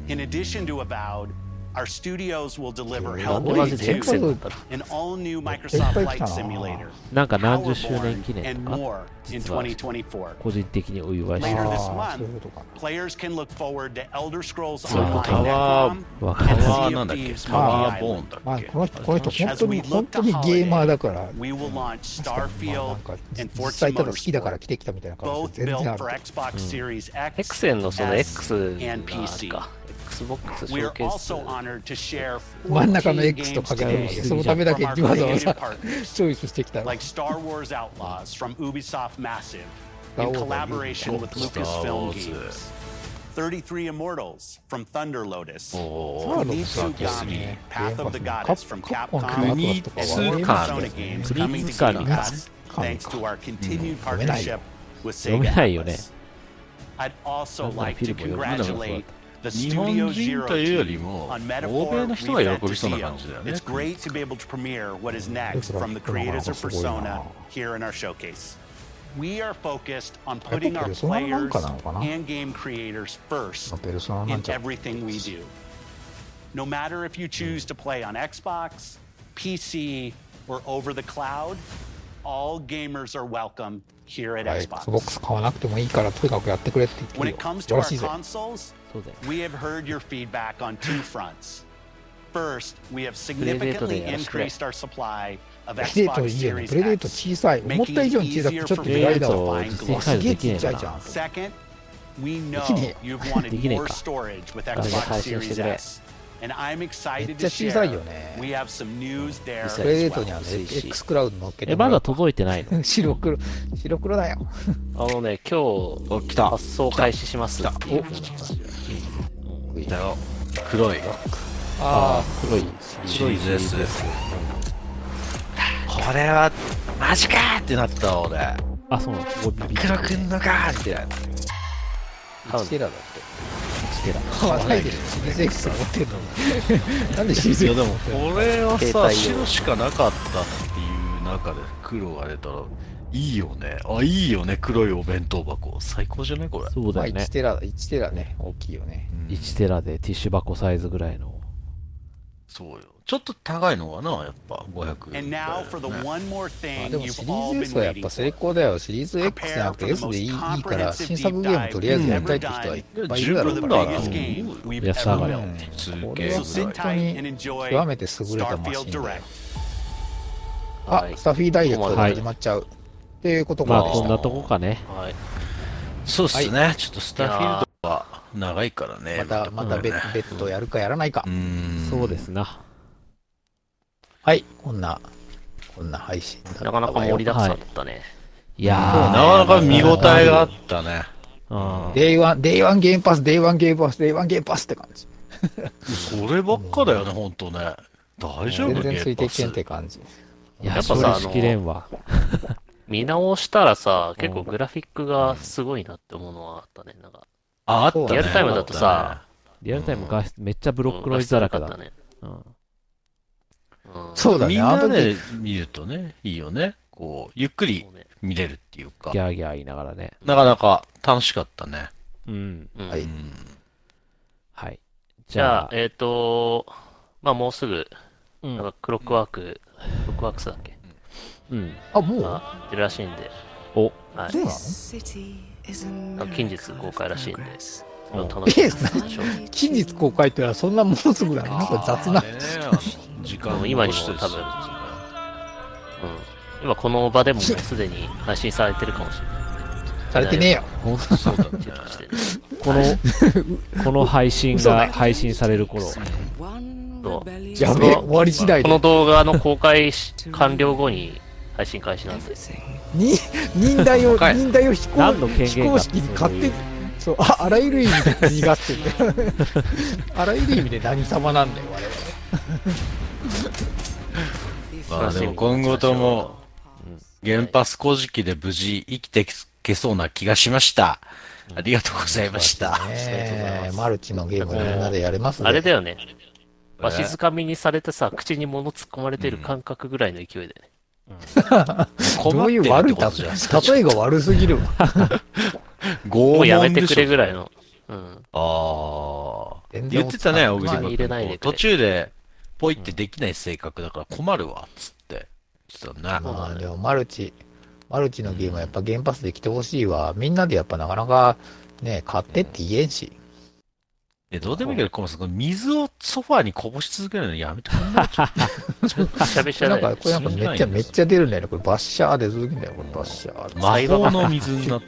S9: In addition to Avowed, our studios will deliver Hellblade 2, an all-new Microsoft Flight Simulator,
S1: なんか何十周年
S9: Powerborn,
S1: 記念
S9: and
S1: とか
S9: more、in
S1: 実は
S9: 2024.
S1: 個人的にお祝いし
S9: Later
S1: て
S9: this
S3: ああ、そういうこと
S9: month,
S3: か。
S9: players can look forward to Elder Scrolls
S1: そういうこと
S9: Online
S2: わ
S9: Necrom
S1: わかる
S9: and
S2: パ
S9: Sea
S2: ワーなん
S9: of
S2: だっけ
S9: Thieves
S2: パワー
S9: Monkey
S2: ボ
S9: Island.
S2: ーンだっ
S3: まあ、
S2: け
S3: この人、この人、本
S9: As
S3: 当
S9: we
S3: に、本
S9: look
S3: 当
S9: to
S3: にゲーマーだから、ま
S9: holiday, we will launch
S3: あ、な
S9: Starfield
S3: んか、
S9: and
S3: 実
S9: Forza
S3: 際ただ好きだから
S9: Motorsport.
S3: 来てきたみたいな感じで
S9: both
S3: 全
S9: built
S3: 然ある
S9: for。Xbox Series X,
S7: ヘクセンのその
S9: S,
S7: X が
S9: and
S7: あれ
S9: PC.
S7: か。Xbox シ
S9: We
S7: ョ
S9: are
S7: ーケース
S9: also。honored to share
S3: 真ん中の
S9: 14
S3: X と
S9: games
S3: かけてるわけ
S9: today
S3: で、そのためだけ
S9: from
S3: わ
S9: our
S3: ざわざチ
S9: creative partners,
S3: ョイスしてきた。
S9: like Star Wars Outlaws from Ubisoft Massive,
S3: Star
S9: in
S3: Wars,
S9: collaboration with
S2: Ubisoft, Star
S9: Lucasfilm
S2: Wars.
S9: Games. 33 Immortals from Thunder Lotus.
S2: お
S3: そう
S2: ー
S3: なんですよ
S9: Mitsu
S3: ゲーム
S9: Gami,
S3: ね
S9: Path of
S3: ゲー
S9: the
S3: ムパ
S9: Goddess
S3: ス
S9: from
S3: カプコンカプコン
S9: Capcom,
S3: の後と
S9: and
S3: かは
S9: more
S3: ゲーム
S9: Persona games coming to Game Pass, thanks to our continued partnership
S1: 読
S9: with Sega
S1: めないよね
S9: Atlas.。I'd also
S1: That's not
S9: like to
S1: feasible. You're not gonna
S9: congratulate the
S2: 日本人
S9: Studio Zero
S2: というよ
S9: team
S2: りも
S9: on
S2: 欧米
S9: Metaphor
S2: の人が喜びそうな
S9: Refactor
S2: 感じだよ
S9: Zero.
S2: ね
S9: It's great to be able to premiere what is next
S3: Look at
S9: from the
S3: that. Come on,
S9: creators of
S3: that's a boy
S9: Persona
S3: now.
S9: here in our showcase.
S16: We are focused on putting our
S3: そんなな
S16: players
S3: んかなのかな
S16: and game creators first
S3: ペルソナなん
S16: in
S3: ちゃう
S16: everything we do. No matter if you choose to play on Xbox, PC, or over the cloud, all gamers are welcome here at
S3: はい、
S16: Xbox.
S3: Xbox 買わなくてもいいからとにかくやってくれって言ってる
S16: When
S3: よ
S16: it comes
S3: 素晴
S16: to our
S3: らしいぜ
S16: consoles, we have heard your feedback on two fronts. First, we have significantly increased our supply of
S3: プレデート
S16: Xbox
S3: いいよね
S16: Series
S3: プレデート小さい思った以上に小さくてちょっと意外だわ
S16: マ
S3: す
S16: ジで
S3: げえちっちゃいじゃん
S16: Second, we know
S3: できねえ
S16: you've wanted
S3: できねえ
S16: more
S3: か
S16: storage with
S3: 画面が
S16: Xbox
S3: 回収し
S16: Series
S3: てくれ
S16: S. And I'm excited
S3: め
S16: to
S3: っちゃ小さい
S16: share
S3: よね
S16: we have some news there
S3: プレデー
S16: as
S3: トには
S16: well.
S3: ね X クラウド乗っけて
S1: え、
S3: も
S1: ま
S3: ら
S1: だ
S3: うと
S1: 届いてないの
S3: 白黒白黒だよ
S1: あのね、今日、発送開始しますっていう話
S2: 来たよ黒い
S3: あ
S1: ー黒い
S2: 白い
S1: シリーズ
S2: ZS
S1: で
S2: ですすこれはマジかーってなったわ俺
S4: あそうなの
S2: 黒くんのかーみたいな
S3: 1テラだって
S4: 1テラ
S3: 買わないで CZX 持ってんのなんで CZX
S2: いやでも
S3: 持ってんの
S2: これは
S3: 携
S2: さ
S3: 帯用
S2: 白しかなかったっていう中で黒が出たらいいよねあいいよね黒いお弁当箱最高じゃないこれ
S4: そうだよ
S3: まあ
S4: ね
S3: 1。テラ1テラね大きいよね
S4: 1テラでティッシュ箱サイズぐらいの。
S2: そうよちょっと高いのかなやっぱ
S16: And
S2: 500
S16: now for the one more
S3: まあ
S16: thing
S3: でも
S16: you've
S3: シリ
S16: all
S3: ーズ
S16: been
S3: S はやっ
S16: waiting
S3: ぱ
S16: for.
S3: 成功だよ。シリーズ X じゃなくて S でいいいいから、新作ゲームとりあえずやりたいって人はいっぱいいるだろうから。
S16: Biggest game
S3: うん
S16: we've
S4: いや、下
S16: ever
S4: がれ
S16: built.
S3: これ
S16: So
S3: は本
S16: sit
S3: 当
S16: tight
S3: に
S16: and enjoy
S3: 極めて優れたマ
S16: Starfield
S3: シンだよ
S16: Direct.
S3: あ、スタフィーダイレクトで始まっちゃう。っていうことか
S4: まあ
S3: らで
S4: こ
S3: し
S4: ん
S3: た。
S4: なとこかね。
S1: はい。
S2: そうっすね、
S3: はい
S2: ちょっとスターフィールドは長いからね
S3: また、またベッベッドやるかやらないか。
S4: そうですな。
S3: はい、こんな、こんな配信だった
S1: なかなか盛りだくさんだったね。
S4: いや
S2: なかなか見応えがあったね
S3: デイワン、デイワンゲームパス、デイワンゲームパス、デイワンゲームパスって感じ。
S2: そればっかだよねほんとね大丈夫
S3: 全然ついていけんっ
S2: ゲームパス
S3: て感じ。
S1: やっぱさ、あ
S4: 処理しきれん
S1: の、見直したらさ、結構グラフィックがすごいなって思うのはあったね。なんか、
S2: あ、あった
S4: ね
S1: リアルタイムだとさ、
S4: リアルタイム画質めっちゃブロックロイだらけ
S1: う
S4: だ
S1: ん画質悪かったね。
S4: うん
S3: そうだね
S2: みんなで
S3: あの時
S2: 見るとねいいよねこうゆっくり見れるっていうか
S4: ギャーギャー言いながらね。
S2: なかなか楽しかったね
S4: うん。
S1: はい。
S4: はい。
S1: じゃあ、えっと、まあもうすぐ、なんかクロックワーク、クロックワークスだっけ
S4: うん。
S3: あ、も
S1: う出るらしいんで。
S4: お、
S1: はい。近日公開らしいんで、それを楽しみ
S3: え
S1: にしましょう。
S3: 何近日公開ってのはそんなものすぐなのなんか雑な。
S2: 時
S1: もう今にも多分、うん、今この場でももうすでに配信されてるかもしれない。
S3: されてねえよ
S1: ほんとそうだね。チェックしてね
S4: こ の、この配信が配信される頃。
S1: そう
S4: やべえ終わり次第
S1: こ
S4: で
S1: の動画の公開し完了後に配信開始なんで。
S3: に忍耐を、忍耐を非公
S1: 何の権
S3: 非
S1: 限が
S3: 公式に勝手に。そうあ、あらゆる意味で逃がしてる。あらゆる意味で何様なんだよ、我々。
S2: まあでも今後とも、原発古事記で無事生きていけそうな気がしました。ありがとうございました。
S3: えーマルチのゲームみんなでやれます
S1: あれだよね。
S2: え
S1: わしづかみにされてさ、口に物突っ込まれてる感覚ぐらいの勢いでね。
S3: どういう悪い例
S1: じゃ
S3: え例えが悪すぎるわ。
S1: もうやめてくれぐらいの。うん。
S2: ああ。
S1: 全然
S2: 言ってたね、
S1: お
S2: 小
S1: つ
S2: 口
S1: まみ
S2: 君
S1: 入れないでくれ
S2: 途中で、ポイってできない性格だから困るわ、つって。言ってたね。
S3: まあでもマルチ、マルチのゲームはやっぱ原発で来てほしいわ。みんなでやっぱなかなかね、買ってって言えんし。
S2: で、どうでもいいけど、この水をソファーにこぼし続けるのやめてくんないちょっと
S3: なんか、これなんかめっちゃめっちゃ出るんだよね。これバッシャーで続くんだよ、これバッシャー。
S2: 魔法の水になって。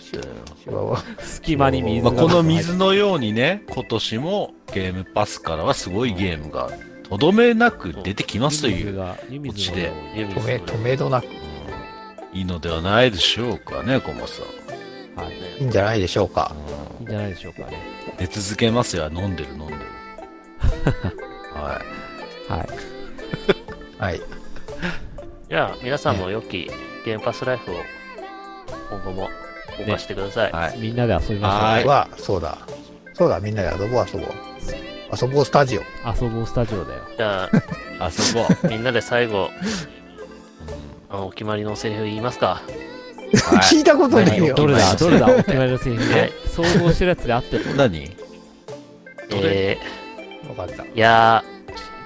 S4: 隙間に水
S2: ま
S4: が
S2: あ、この水のようにね、今年もゲームパスからはすごいゲームがとどめなく出てきますというオチで
S3: 止め、止めどなく。
S2: いいのではないでしょうかね、コモさん。
S4: はい。
S3: いいんじゃないでしょうか。
S4: いいんじゃないでしょうかね。
S2: 出続けますよ、飲んでる飲んでる。 は
S4: はい。
S3: はい。
S1: じゃあ、皆さんも良きゲームパスライフを今後も動かしてください。
S4: みんなで遊びま
S3: は
S4: し
S3: そ
S4: ょう。
S3: うだ。そうだ、みんなで遊ぼう、遊ぼう。遊ぼうスタジオ。
S4: 遊ぼうスタジオだよ。
S1: じゃ
S2: あ、遊ぼ
S1: う。みんなで最後、あのお決まりのセリフ言いますか。
S3: 聞いたことないよ。
S4: どれだ、どれだ、お決まりのセリフで、総合してるやつで合ってる。
S2: 何
S1: え
S3: ー、わかった。い
S1: や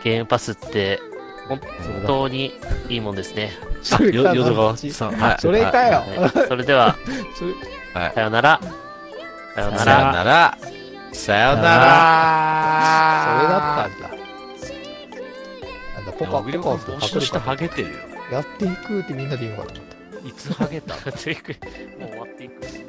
S1: ー、ゲームパスって、本当にいいもんですね。
S2: あ、よ、よどがさん。
S3: はい。それかよ。
S1: それでは、さよなら。
S2: さよなら。さよなら。
S3: それだったんだ。なんだ、ポカポカ
S2: ポカ。年下ハゲてるよ。
S3: やっていくってみんなで言うのかと思った。
S2: いつハゲた
S1: やっていく。もう終わっていく。